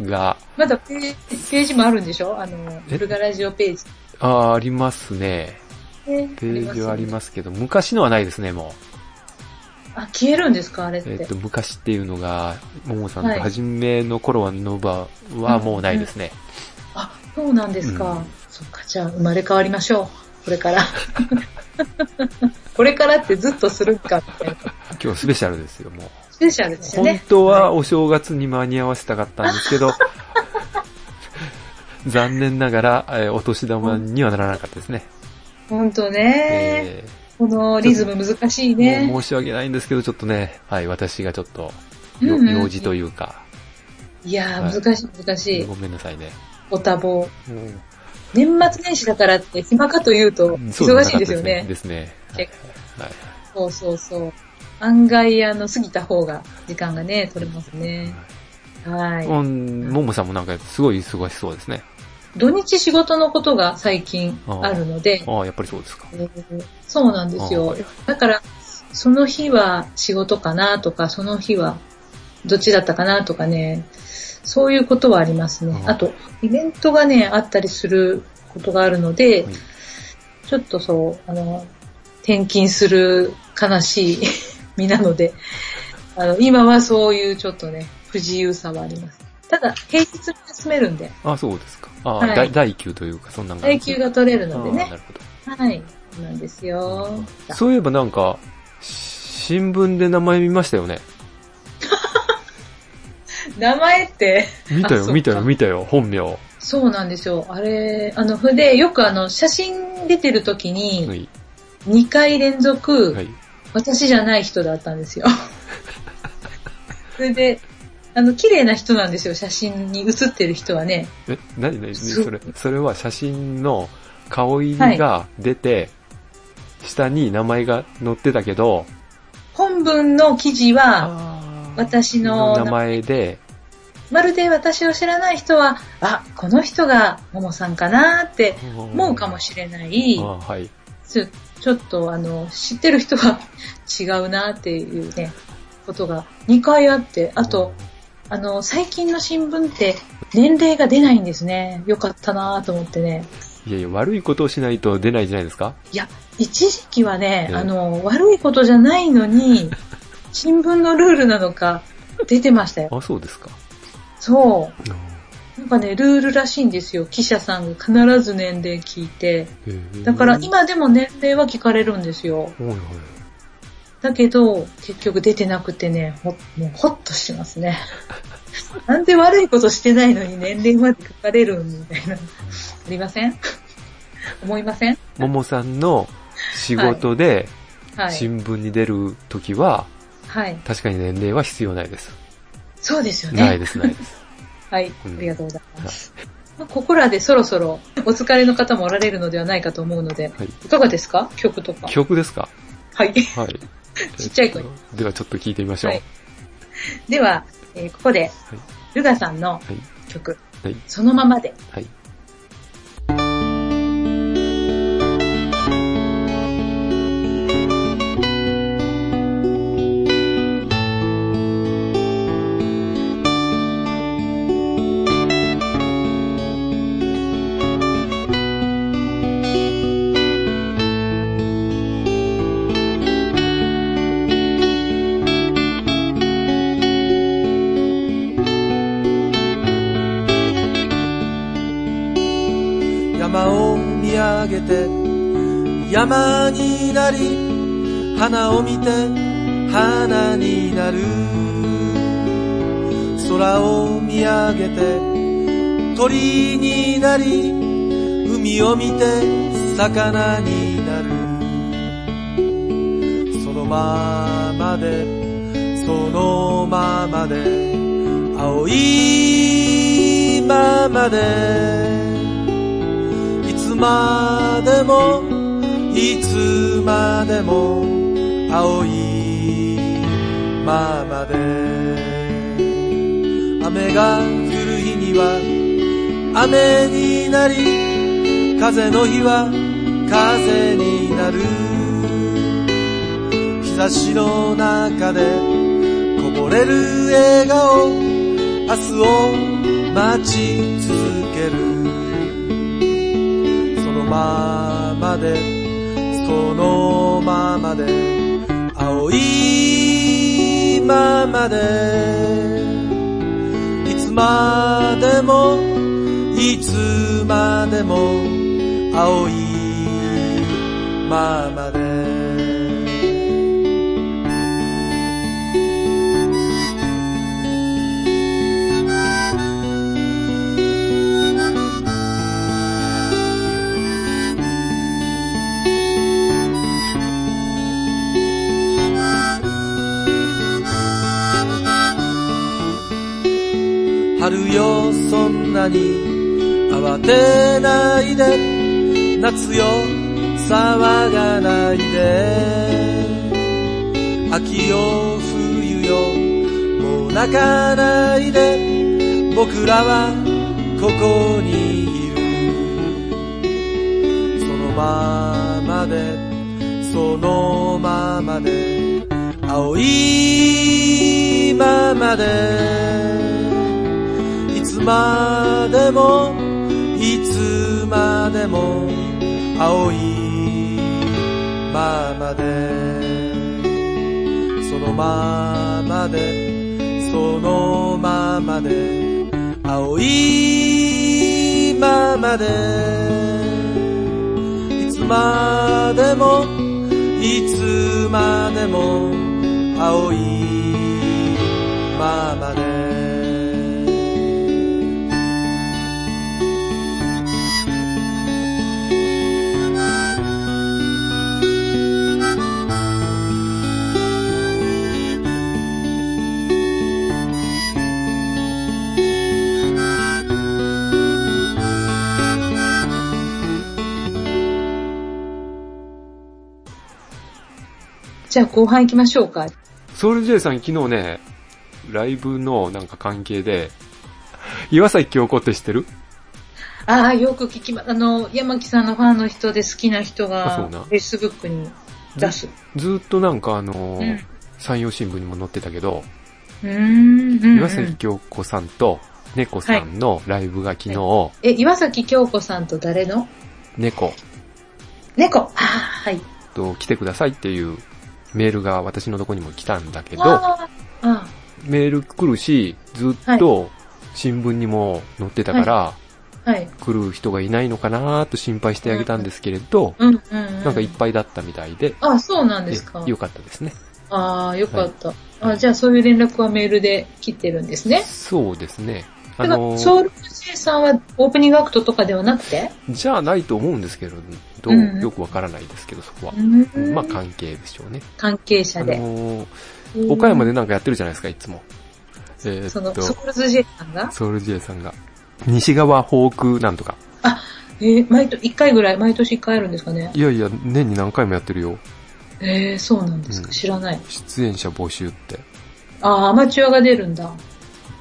S1: が、
S2: まだペーページもあるんでしょあの、
S1: え
S2: ルガラジオページ。
S1: ああ、ありますね。
S2: ね
S1: ページはあり
S2: す。
S1: ますけど、昔のはないですね、も
S2: あ、消えるんですかあれっ
S1: う。え
S2: て。
S1: っと、昔っていうのが、ももさん
S2: は
S1: の
S2: い
S1: 初めの頃はの場はもうないですね。
S2: あ、そうなんですか。
S1: うん
S2: そっか、じゃあ生まれ変わりましょう。これから。 これからってずっとするかみたいな。
S1: 今日スペシャルですよ、もう。
S2: スペシャルですよね。
S1: 本当はお正月に間に合わせたかったんですけど、 残念ながら、えーお年玉にはならなかったですね。
S2: 本当ね、
S1: えー
S2: このリズム難しいね。
S1: もう申し訳ないんですけど、ちょっとね、はい、私がちょっと、
S2: うん
S1: よ
S2: うん
S1: 用事というか、
S2: いや
S1: はい
S2: ー、難しい、難しい
S1: ご。めんなさいね。
S2: お多忙。年末年始だからって暇かというと、
S1: そうな
S2: 忙
S1: かっ
S2: したいですよね
S1: で。すね。はい
S2: 結
S1: はい
S2: そうそうそう。案外、あの、過ぎた方が、時間がね、取れますね。はい。
S1: うん、ももさんもなんか、すごい忙しそうですね。
S2: 土日仕事のことが最近あるので、
S1: ああ、やっぱりそうですか。
S2: えーそうなんです
S1: あ
S2: よ
S1: ー。
S2: だから、その日は仕事かなとか、その日はどっちだったかなとかね、そういうことはありますね。
S1: うん
S2: あと、イベントがね、あったりすることがあるので、
S1: はい
S2: ちょっとそう、あの、転勤する悲しい 身なので、あの、今はそういうちょっとね、不自由さはあります。ただ、平日に休めるんで、
S1: ああ、そうですか。ああ、
S2: はい
S1: 第第9というか、そんなん
S2: 耐久が取れるので
S1: ああ
S2: ね
S1: な。るほど。
S2: はい。そうなんですよ。
S1: そういえばなんか、し新聞で名前見ましたよね。
S2: 名前って、
S1: 見た
S2: あそ
S1: よ、
S2: っか
S1: 見たよ、見たよ、本名。
S2: そうなんですよ。あれ、あの、筆、よくあの、写真に出てる時
S1: は
S2: に、
S1: い。
S2: 2回連続、
S1: はい。
S2: 私じゃない人だった んですよ。それで、あの、綺麗な人なんですよ、写真に写ってる人はね。
S1: え、なになに
S2: そう
S1: それ、それは写真の顔入りが出て、下に名前が載ってたけど、
S2: 本文の記事は、私の
S1: 名前で、
S2: まるで私を知らない人は、あ、この人がももさんかなって思うかもしれない
S1: れ。あーはい。
S2: ちょちょっと、あの、知ってる人は違うなっていうね、ことが2回あって、あと、あの、最近の新聞って年齢が出ないんですね。よかったなと思ってね。
S1: いやいや、悪いことをしないと出ないじゃないですか。
S2: いや、一時期はね、
S1: ええ
S2: あの、悪いことじゃない のに、新聞のルールなのか、出てましたよ。
S1: あ、そうですか。
S2: そ
S1: あー
S2: う。なんかね、ルールらしいんですよ。記者さんが必ず年齢聞いて。
S1: へー
S2: だから今でも年齢は聞かれるんですよ。
S1: はいはい。
S2: だけど、結局出てなくてね、ほ、もうほっとしてますね。 なんで悪いことしてないのに年齢まで書かれるみたいな。ありません思いません
S1: ももさんの仕事で
S2: はい。
S1: 新聞に出るときは、
S2: はい。
S1: 確かに年齢は必要ないです。
S2: そうですよね。
S1: ないです、ないです。
S2: はい、
S1: う
S2: あ
S1: ん
S2: りがとうございます。まあここらでそろそろお疲れの方もおられるのではないかと思うので、
S1: はい
S2: い、かがですか曲とか。
S1: 曲ですか
S2: はい。
S1: はい。
S2: ちっちゃい声。
S1: ではちょっと聞いてみましょう。
S2: はいでは、えーここで、
S1: はい
S2: ルガさんの
S1: はい
S2: 曲、
S1: はい
S2: そのままで。
S1: はい。
S3: 山を見上げて山になり花を見て花になる空を見上げて鳥になり海を見て魚になるそのままでそのままで青いままでいつまでも、いつまでも、青いままで。雨が降る日には、雨になり、風の日は、風になる。日差しの中で、こぼれる笑顔、明日を待ち続ける。そのままで、そのままで、青いままで、いつまでも、いつまでも、青いままで。春よそんなに慌てないで夏よ騒がないで秋よ冬よもう泣かないで僕らはここにいるそのままでそのままで青いままでいつまでも、いつまでも、青いままで、そのままで、そのままで、青いままで、いつまでも、いつまでも、青いままで。
S2: 「じゃあ後半行きましょうか。
S1: ソウル J さん昨日ね、ライブのなんか関係で、岩崎京子って知ってる
S2: ああ、よく聞きま、あの、山木さんのファンの人で好きな人
S1: あそ
S2: が
S1: うな、
S2: Facebook に出す。
S1: ずーっとなんかあのー
S2: うん
S1: 山陽新聞にも載ってたけど、
S2: うーん。うんう
S1: 岩崎
S2: ん
S1: 京子さんと猫さんのライブが昨日、
S2: え、岩崎京子さんと誰の
S1: 猫
S2: 猫ああ、はい。
S1: と来てくださいっていうメールが私のとこにも来たんだけど、
S2: あーあ
S1: メール来るし、ずっと新聞にも載ってたから、
S2: ー、はい。
S1: 来る人がいないのかなーと心配してあげたんですけれど、
S2: うんうん、うん。
S1: なんかいっぱいだったみたいで、
S2: あ、そうなんですか
S1: え。よかったですね。
S2: ああ、よかった、あ。じゃあそういう連絡はメールで切ってるんですね。
S1: そうですね。あ
S2: だから、
S1: のー
S2: ソウル J さんはオープニングアクトとかではなくて
S1: じゃあないと思うんですけれど、
S2: うん
S1: よくわからないですけど、そこは
S2: う。ーん
S1: まあ関係でしょうね。
S2: 関係
S1: あ
S2: 者で。
S1: のー岡山
S2: で、
S1: でなんかやってるじゃないですか、いつも。え
S2: そ
S1: ーっ
S2: の、
S1: と、
S2: ソウルズ J さんが
S1: ソウル J さんが。西側フォークなんとか。
S2: えー、毎年、一回ぐらい、毎年一回あるんですかね
S1: いやいや、年に何回もやってるよ。
S2: えー、そうなんですか、
S1: うん
S2: 知らない。
S1: 出演者募集って。
S2: あーアマチュアが出るんだ。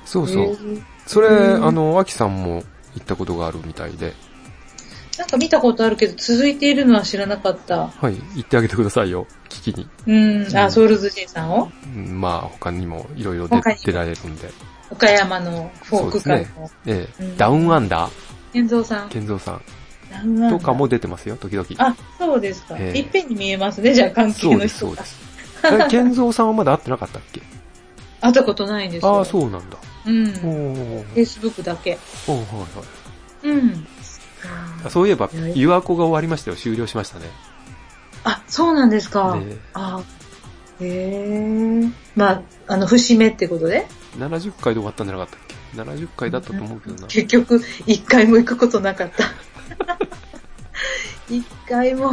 S1: そうそ
S2: え
S1: う。
S2: ー
S1: それ、
S2: うん
S1: あの、秋さんも行ったことがあるみたいで。
S2: なんか見たことあるけど、続いているのは知らなかった。
S1: はい、行ってあげてくださいよ。聞きに。
S2: うん、あ、ソウルズ J さんを
S1: うんまあ、他にもいろいろ出
S2: 他に
S1: 出られるんで。
S2: 岡山のフォーク界の、
S1: ええ
S2: うん
S1: ダウンアンダー、
S2: 健三さん。
S1: 健三さん
S2: なんなんだ
S1: とかも出てますよ、時々。
S2: あ、そうですか。
S1: ええ
S2: いっぺんに見えますね、じゃあ関係
S1: そう
S2: の
S1: です、
S2: 人
S1: そう
S2: が
S1: で。す。え健三さんはまだ会ってなかったっけ
S2: 会ったことないんですよ。
S1: ああ、そうなんだ。
S2: う。うん。
S1: おー
S2: Facebook だけ。
S1: おーはいはい
S2: うん。
S1: あそういえば
S2: いや、
S1: 湯アコが終わりましたよ。終了しましたね。
S2: あ、そうなんですか。
S1: で
S2: あ、へえ。まあ、あの、節目ってことで。
S1: 70回で終わったんじゃなかったっけ ?70 回だったと思うけどな。
S2: 結局、一回も行くことなかった。 一回も。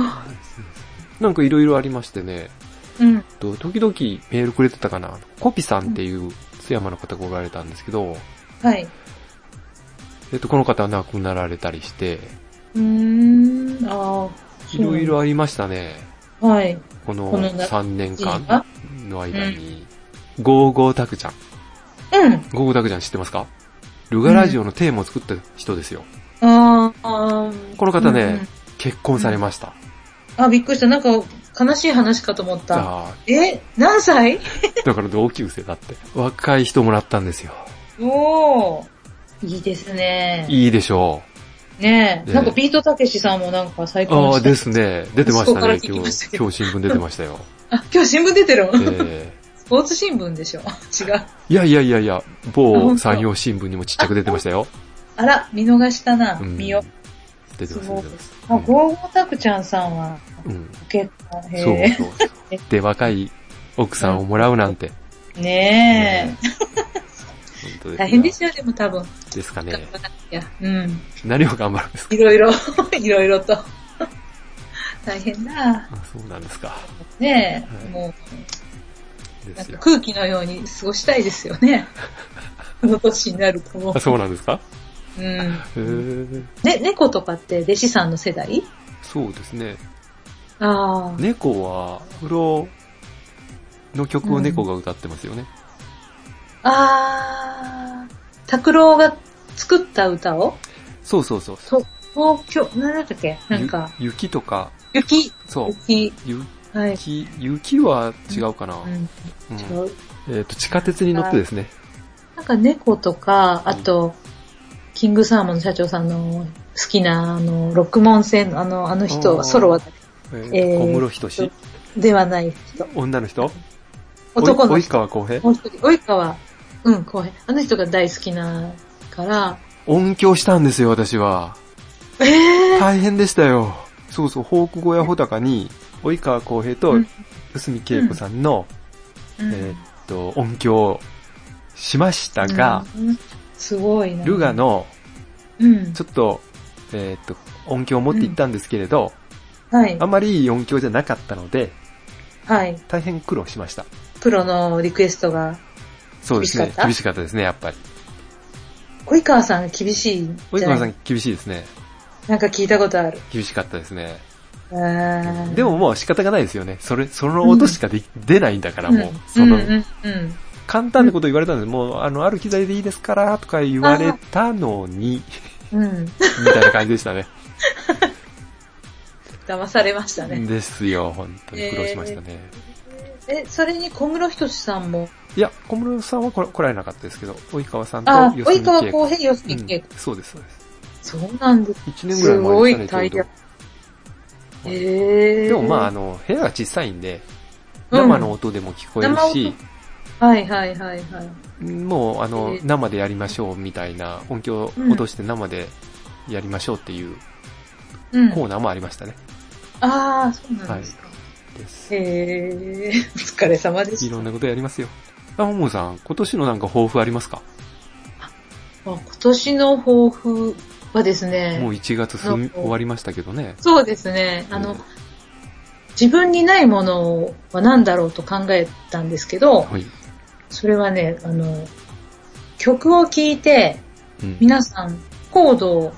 S1: なんかいろいろありましてね、
S2: うん。
S1: と時々メールくれてたかな。コピさんっていう津山の方がおられたんですけど、
S2: はい。
S1: えっと、この方は亡くなられたりして、
S2: うーん、ああ。
S1: いろいろありましたね。
S2: そう。はい。
S1: この
S2: このな
S1: 3年
S2: いいな
S1: 間の間に、ゴーゴータクちゃん。
S2: うん。
S1: ゴーゴータクちゃん知ってますかルガラジオのテーマを作った人ですよ。
S2: あーあー。
S1: この方ね
S2: うん
S1: 結婚されました。
S2: あ、びっくりした。なんか、悲しい話かと思った。
S1: あ
S2: え何歳
S1: ーだから同級生だって。若い人もらったんですよ。
S2: おー。いいですね。
S1: いいでしょ
S2: ねえ、
S1: ね
S2: なんかビートたけしさんもなんか最
S1: う。
S2: 高
S1: ああ、
S2: した
S1: です。ね。出てましたね、
S2: 息子から聞き
S1: 今
S2: ました
S1: 日。
S2: け
S1: 今日新聞出てましたよ。
S2: あ、 今日新聞出てるの、
S1: え
S2: スポーツ新聞でしょ違う。
S1: ーいやいやいやいや、
S2: あ本
S1: 某
S2: 当
S1: 山陽新聞にもちっちゃく出てましたよ。
S2: あら、見逃したな。
S1: うん
S2: 見よ。
S1: 出てます、出てます。
S2: あ、ゴーゴータクちゃんさんは、
S1: うんうん
S2: ご結婚。
S1: そう
S2: へ
S1: そうそう。で、若い奥さんをもらうなんて。
S2: え。ね
S1: 本当
S2: え。大変ですすよ、でも多分。
S1: よ。ですか
S2: 頑
S1: ね。
S2: 張らなきゃ。うん。
S1: 何を頑張るんですか
S2: いろいろ、 いろいろと。大変だ。
S1: あそうなんですか。
S2: ねえ、
S1: はい
S2: も
S1: で
S2: う、なん
S1: す
S2: か
S1: よ。
S2: 空気のように過ごしたいですよ ね。この年になるとも
S1: あ、そうなんですか
S2: う。うん。
S1: へー
S2: ね、猫とかって弟子さんの世代
S1: そうですね。
S2: ああ。
S1: 猫は、プロの曲を猫が歌ってますよね。
S2: あー、拓郎が作った歌を
S1: そうそうそう。
S2: 東京、なんだったっけなんか、
S1: ゆ雪とか、
S2: 雪、
S1: そう。
S2: 雪、はい。
S1: 雪、雪は違うかな。
S2: う
S1: うん
S2: ん、違う
S1: えっと、地下鉄に乗ってですね。
S2: なんか猫とか、あと、キングサーモンの社長さんの好きな、あの、ロックモン戦のあの、あの
S1: あー
S2: 人、ソロは、
S1: えー
S2: えー
S1: 小室仁志
S2: ではない人。
S1: 女の人
S2: 男
S1: お
S2: の
S1: い及
S2: 人。
S1: 川公平
S2: もう一人、及川、うん、こうあの人が大好きなから、
S1: 音響したんですよ、私は。
S2: えー、
S1: 大変でしたよ。そうそう、フォーク小屋穂高に、及川公平と
S2: うん、
S1: 薄見恵子さんの、
S2: うん
S1: えーっと、音響しましたが、
S2: うんすごいな。
S1: ルガ、の、
S2: うん
S1: ち、ょっと、えーっと、音響を持って行ったんですけれど、
S2: はい
S1: あ、んまりいい音響じゃなかったので、
S2: はい。
S1: 大変苦労しました。
S2: プロのリクエストが、
S1: そうですね
S2: 厳しかっ。た
S1: 厳しかったですね、やっぱり。
S2: 及川さんが厳しいんじゃない
S1: 及川さん厳しいですね。
S2: なんか聞いたことある。
S1: 厳しかったですね。
S2: うん
S1: でももう仕方がないですよね。それ、その音しかでき出ないんだから、も
S2: うん
S1: う。その
S2: うん、うんうん
S1: 簡単なこと言われたんです。もう、あの、ある機材でいいですから、とか言われたの に、
S2: うん。
S1: みたいな感じでしたね。
S2: 騙されましたね。
S1: ですよ、本当に苦労しましたね。
S2: え、それに小室仁志さんも、
S1: いや、小室さんは来来られなかったですけど、及川さんと
S2: あ、
S1: 吉
S2: 及
S1: 見
S2: 川
S1: 恵子
S2: 公平、吉
S1: う
S2: 見恵
S1: ん
S2: 子。、
S1: そうです、そうです。
S2: そうなんです。
S1: 1年ぐらい前でしたね、
S2: すごい大
S1: ちょう
S2: 役
S1: ど。はい
S2: ええ
S1: でもまあ、あの、部屋が小さいんで、
S2: うん
S1: 生の音でも聞こえるし、
S2: はいはいはいはい。
S1: もうあの
S2: え、ー
S1: 生でやりましょうみたいな、音響を落として生でやりましょうっていう
S2: うん。
S1: コーナーもありましたね。
S2: ああ、そうなんですか。
S1: です。
S2: へえ、 お疲れ様で
S1: い
S2: した。
S1: ろん
S2: ま
S1: なことやりますよ。あ、ももさん、今年のなんか抱負ありますか
S2: あ今年の抱負はです
S1: もう
S2: ね、
S1: 1月す
S2: なん
S1: ん
S2: か
S1: 終わりましたけどね。
S2: そうですね、あ
S1: う
S2: の
S1: ん、
S2: 自分にないものは何だろうと考えたんですけど、
S1: はい。
S2: それはね、あの、曲を聴いて、
S1: うん
S2: 皆さん、コードを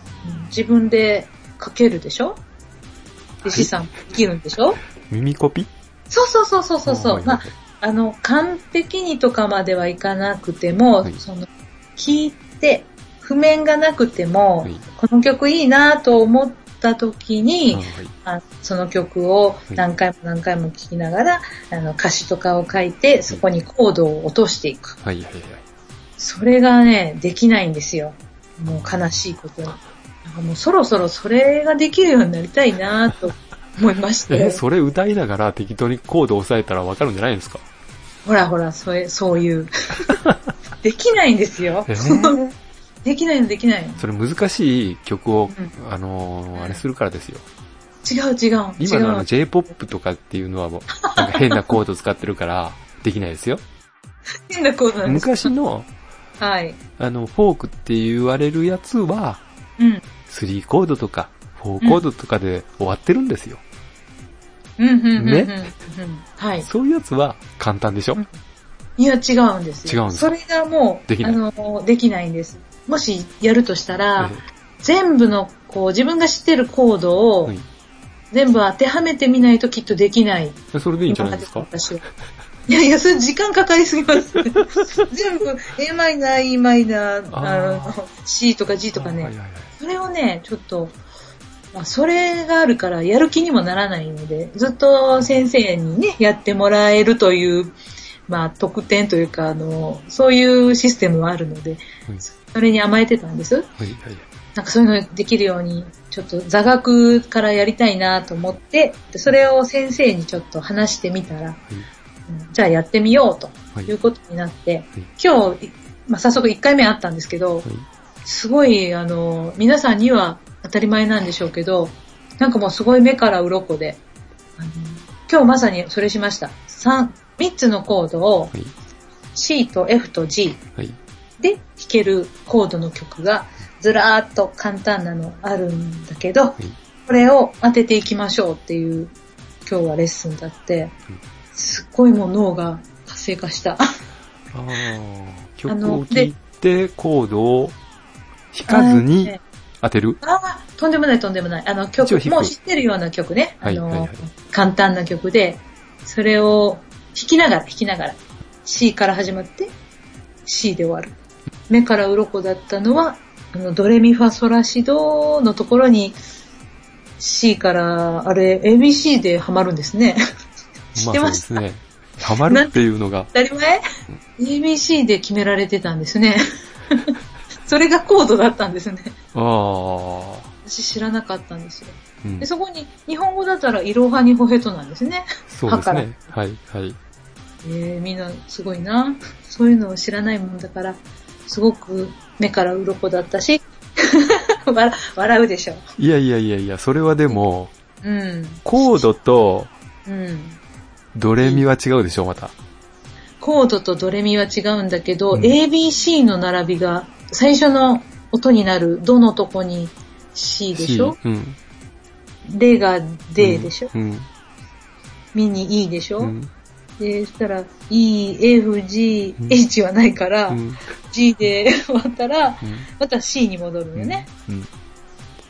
S2: 自分で書けるでしょで、資産できるんでしょ
S1: 耳コピ
S2: そうそうそうそうそうそう。
S1: はい
S2: まあ、あの、完璧にとかまではいかなくても、
S1: はい
S2: その、聞いて、譜面がなくても、
S1: はい
S2: この曲いいなと思った時に、
S1: はい
S2: あその曲を
S1: い
S2: 何回も何回も聴きながら、あの歌詞とかを書いて、そこにコードを落としていく。
S1: はいはいはい。
S2: それがね、できないんですよ。もう悲しいことに。なんかもうそろそろそれができるようになりたいなと思いまして。
S1: え、それ歌いながら適当にコード押さえたらわかるんじゃないんですか
S2: ほらほら、そういう、そ ういう。できないんですよ
S1: え。ー
S2: できないのできないの。
S1: それ難しい曲を
S2: う、
S1: あの
S2: うん
S1: ー、あれするからですよ。
S2: 違う違う。違
S1: 今のあの
S2: う。
S1: J-POP とかっていうの はもう、なんか変なコード使ってるから、できないですよ。
S2: 変なことなんです。
S1: 昔の、
S2: はい。
S1: あの、フォークって言われるやつは、
S2: うん。
S1: 3コードとか、4コードとかで終わってるんですよ。
S2: うん、うん、うん。
S1: ね
S2: うんうんはい。
S1: そういうやつは簡単でしょ、
S2: うんいや、違うんですよ。
S1: 違うんです
S2: それがもう、
S1: できない
S2: あの、できないんです。もしやるとしたら、
S1: え
S2: 全部の、こう、自分が知ってるコードを、
S1: はい
S2: 全部当てはめてみないときっとできない。
S1: えそれでいいんじゃないですか
S2: 今までの私は。いやいや、それ時間かかりすぎます。 全部 a マイナー、e マイナー、
S1: あ
S2: あ
S1: ー
S2: の C とか G とか
S1: はい
S2: ね。
S1: はいはい
S2: それをね、ちょっと、まあ、それがあるからやる気にもならないので、ずっと先生にね、やってもらえるという、まあ、特典というか、あの、そういうシステムはあるので、
S1: うん
S2: それに甘えてたんです。
S1: はいはいはい。
S2: なんかそういうのできるように、ちょっと座学からやりたいなと思って、でそれを先生にちょっと話してみたら、うんじゃあやってみようと
S1: はい
S2: いうことになって、今日、いまあ、早速1回目あったんですけど、
S1: はい
S2: すごい、あの、皆さんには当たり前なんでしょうけど、なんかもうすごい目から鱗で、あの今日まさにそれしました。3、3つのコードを
S1: はい
S2: C と F と G
S1: はい。
S2: で弾けるコードの曲がずらーっと簡単なのあるんだけど、
S1: い
S2: これを当てていきましょうっていう今日はレッスンだって
S1: うん、
S2: すっごいもう脳が活性 化した。
S1: あー曲
S2: あの
S1: を聴いてコードを弾かず に当てる。
S2: ああ、とんでもないとんでもない。あの
S1: 一応
S2: 曲
S1: 弾、く
S2: もう知ってるような曲ね。
S1: はい
S2: あの、
S1: はいはい
S2: 簡単な曲で、それを弾きながら、弾きながら。C から始まって、C で終わる。目から鱗だったのは、あの、ドレミファソラシドのところに、C から、あれ、ABC でハマるんですね。知って
S1: ま
S2: ま
S1: あ
S2: し
S1: そうですね。ハマるっていうのが、
S2: 当たり前 ?ABC で決められてたんですね。それがコードだったんですね。
S1: ああ、
S2: 私知らなかったんですよ。
S1: うん
S2: で、そこに、日本語だったら、イロハニホヘトなんですね。
S1: そうですね。はいはい。
S2: えー、みんなすごいな。そういうのを知らないもんだから、すごく目から鱗だったし、 笑笑うでしょ。
S1: いやいやいやいや、それはでも、
S2: うん。
S1: コードと
S2: うん。
S1: ドレミは違うでしょ、また。
S2: コードとドレミは違うんだけど、
S1: うん
S2: ABC の並びが、最初の音になる、どのとこに C でしょ
S1: C うん。
S2: レが D でしょ、
S1: うん。
S2: ミに E でしょ、
S1: うん。
S2: で、そしたら E、F、G
S1: う、ん
S2: H はないから、
S1: うん
S2: G で終わったら、
S1: うん
S2: また C に戻るよね。
S1: うん。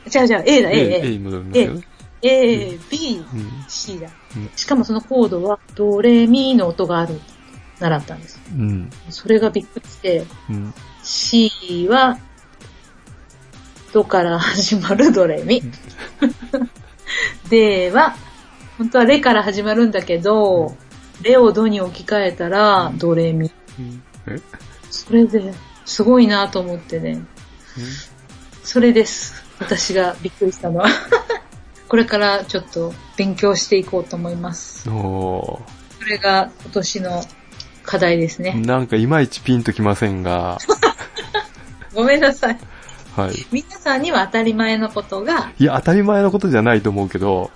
S2: じゃあじゃあ A だ、
S1: A、
S2: A、
S1: A
S2: A。
S1: に戻りますよね。
S2: A、B、
S1: うん
S2: C だ
S1: うん。
S2: しかもそのコードは、ドレミの音がある。習ったんです。
S1: うん。
S2: それがびっくりして、
S1: うん。
S2: C は、ドから始まるドレミ。 では、本当はレから始まるんだけど、レをドに置き換えたらドレミ。
S1: え
S2: それで、すごいなと思ってね。それです。私がびっくりしたのは。 これからちょっと勉強していこうと思います。
S1: お
S2: それが今年の課題ですね。
S1: ーなんかいまいちピンときません が、
S2: ごめんなさい。
S1: はい。
S2: 皆さんには当たり前のことが
S1: いや、当たり前のことじゃないと思うけど、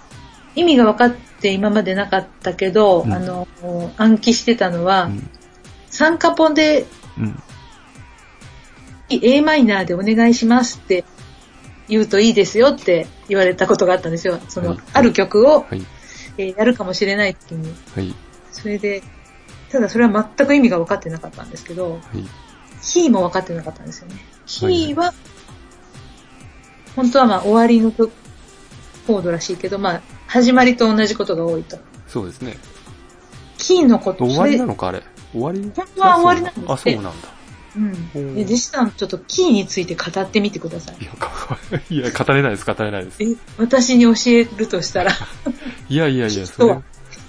S2: 意味が分かって今までなかったけど、
S1: うん
S2: あの、暗記してたのは、
S1: うん
S2: 三カポで
S1: うん。
S2: A マイナーでお願いしますって言うといいですよって言われたことがあったんですよ。その、
S1: はい
S2: ある曲を、
S1: はい。
S2: えーやるかもしれない時に。
S1: はい。
S2: それで、ただそれは全く意味が分かってなかったんですけど、
S1: はい。
S2: キーも分かってなかったんですよね。キ
S1: はい
S2: ーは、本当はまあ終わりのコードらしいけど、まあ始まりと同じことが多いと。
S1: そうですね。
S2: キーのこと、
S1: 終
S2: そ
S1: わり
S2: れ
S1: なのか、あれ。終わり
S2: 本当は終わりなんですって
S1: あ、そうなんだ。
S2: うん。
S1: う
S2: で、
S1: ん
S2: 弟子さん、ちょっとキーについて語ってみてくださ
S1: い
S2: い。
S1: や、かいや、語れないです、語れないです。
S2: え、私に教えるとしたら、
S1: いやいやいや、
S2: キー
S1: そ
S2: とは
S1: れ。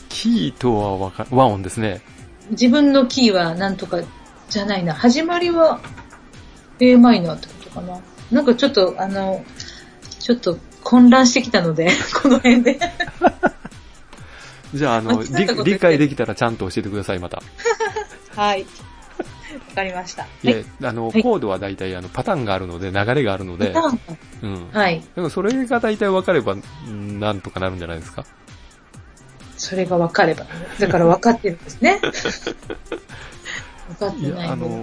S1: キーとはわか、和音ですね。
S2: 自分のキーはなんとかじゃないな。始まりは A マイナーってことかな。なんかちょっと、あの、ちょっと混乱してきたので、 この辺で。
S1: じゃあ、あの、
S2: 間違ったこと
S1: 理
S2: 言って
S1: 理解できたらちゃんと教えてください、また。
S2: はい。わかりました。はい
S1: や
S2: い。、
S1: あの、
S2: はい
S1: コードは大体、あの、パターンがあるので、流れがあるので、
S2: パターンか
S1: うん。
S2: はい。
S1: でも、それが大体分かれば、うんなんとかなるんじゃないですか。
S2: それが分かればね。だから分かってるんで すね。分かっ
S1: い
S2: てない
S1: や、あ
S2: ので
S1: の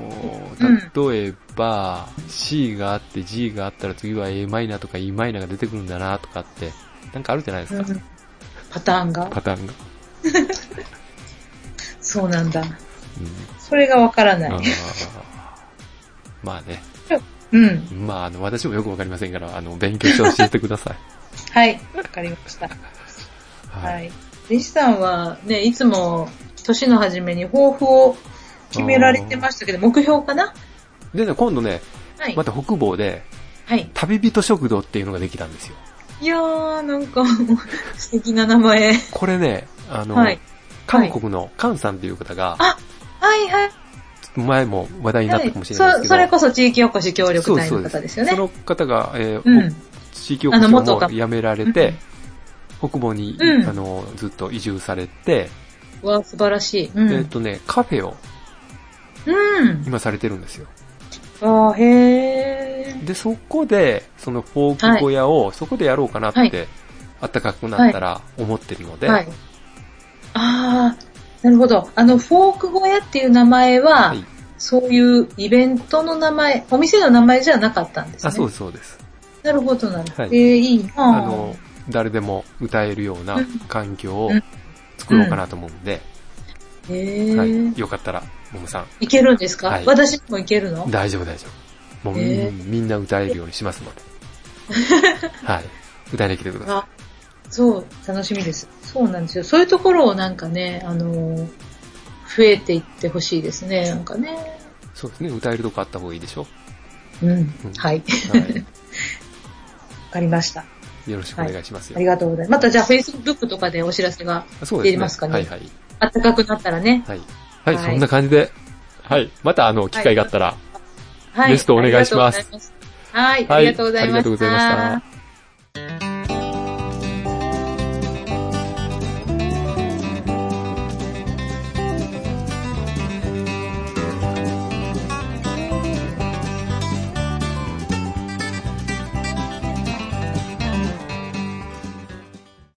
S2: う
S1: ー、例えば、C があって G があったら次は a マイナーとか e マイナーが出てくるんだなとかって、なんかあるじゃないです
S2: う
S1: か、
S2: んパターンが。
S1: パターンが。
S2: そうなんだ。
S1: うん
S2: それが分から
S1: あ
S2: ない。
S1: ーまあね、
S2: うん。
S1: まあ、あの、私もよくわかりませんから、あの、勉強して教えてくだ さい。
S2: はい、わかりました。は。い。弟子さんはね、いつも年の初めに抱負を決められてましたけど、目標かな
S1: でね、今度ね、
S2: はい。
S1: また北房で、
S2: はい。
S1: 旅人食堂っていうのができたんですよ。
S2: いやー、なんか、素敵な名前。
S1: これね、あの、
S2: はい。
S1: 韓国のカンさんっていう方が、
S2: はいはい。
S1: 前も話題になっ
S2: は
S1: た
S2: い
S1: かもしれないです
S2: そ
S1: けど、
S2: それこそ地域おこし協力隊
S1: そう
S2: の
S1: そう
S2: 方ですよね。
S1: その方が、えー
S2: うん。
S1: 地域おこし
S2: あの元
S1: をも
S2: が
S1: う辞められて、北房に、
S2: うん
S1: あの、ずっと移住されて、
S2: うわ、素晴らしい。うん。
S1: えっとね、カフェを
S2: うん。
S1: 今されてるんですよ。
S2: あー、へー。
S1: で、そこで、そのフォーク小屋を、そこでやろうかなって、
S2: はい
S1: あったかくなったら思ってるので、
S2: はい。あー、なるほど。あの、フォーク小屋っていう名前は、
S1: はい
S2: そういうイベントの名前、お店の名前じゃなかったんですね。
S1: あ、そうです、そうです。
S2: なるほどなるほど。
S1: はい
S2: えー、いいなぁ
S1: あの、誰でも歌えるような環境を作ろうかなと思うんで、
S2: え
S1: はい、
S2: ー、
S1: よかったら、ももさん、
S2: いけるんですか、
S1: はい
S2: 私もいけるの
S1: 大丈夫大丈夫。もう、
S2: え
S1: みんみんな歌えるようにしますの で。はい。歌いに来てくださ
S2: あ、そう、楽しみです。そうなんですよ。そういうところをなんかね、あのー、増えていってほしいですね、なんかね。
S1: い。そうですね、歌えるとこあった方がいいでしょ。
S2: うん。
S1: うん
S2: はい。
S1: は
S2: わかりました。
S1: い。よろしくお願いしますよ。
S2: ありがとうございます。またじゃあ Facebook とかでお知らせが
S1: あそうです
S2: 出
S1: ね。
S2: ますかね
S1: はいはい。
S2: 暖かくなったらね。
S1: はい。はい、
S2: はい
S1: そんな感じで、はい。また、あの、機会があったら、
S2: はい。
S1: ゲストお願いします
S2: ありがとうございます。はい。
S1: はい
S2: ありがとうござ
S1: あ
S2: いました。
S1: りがとうございました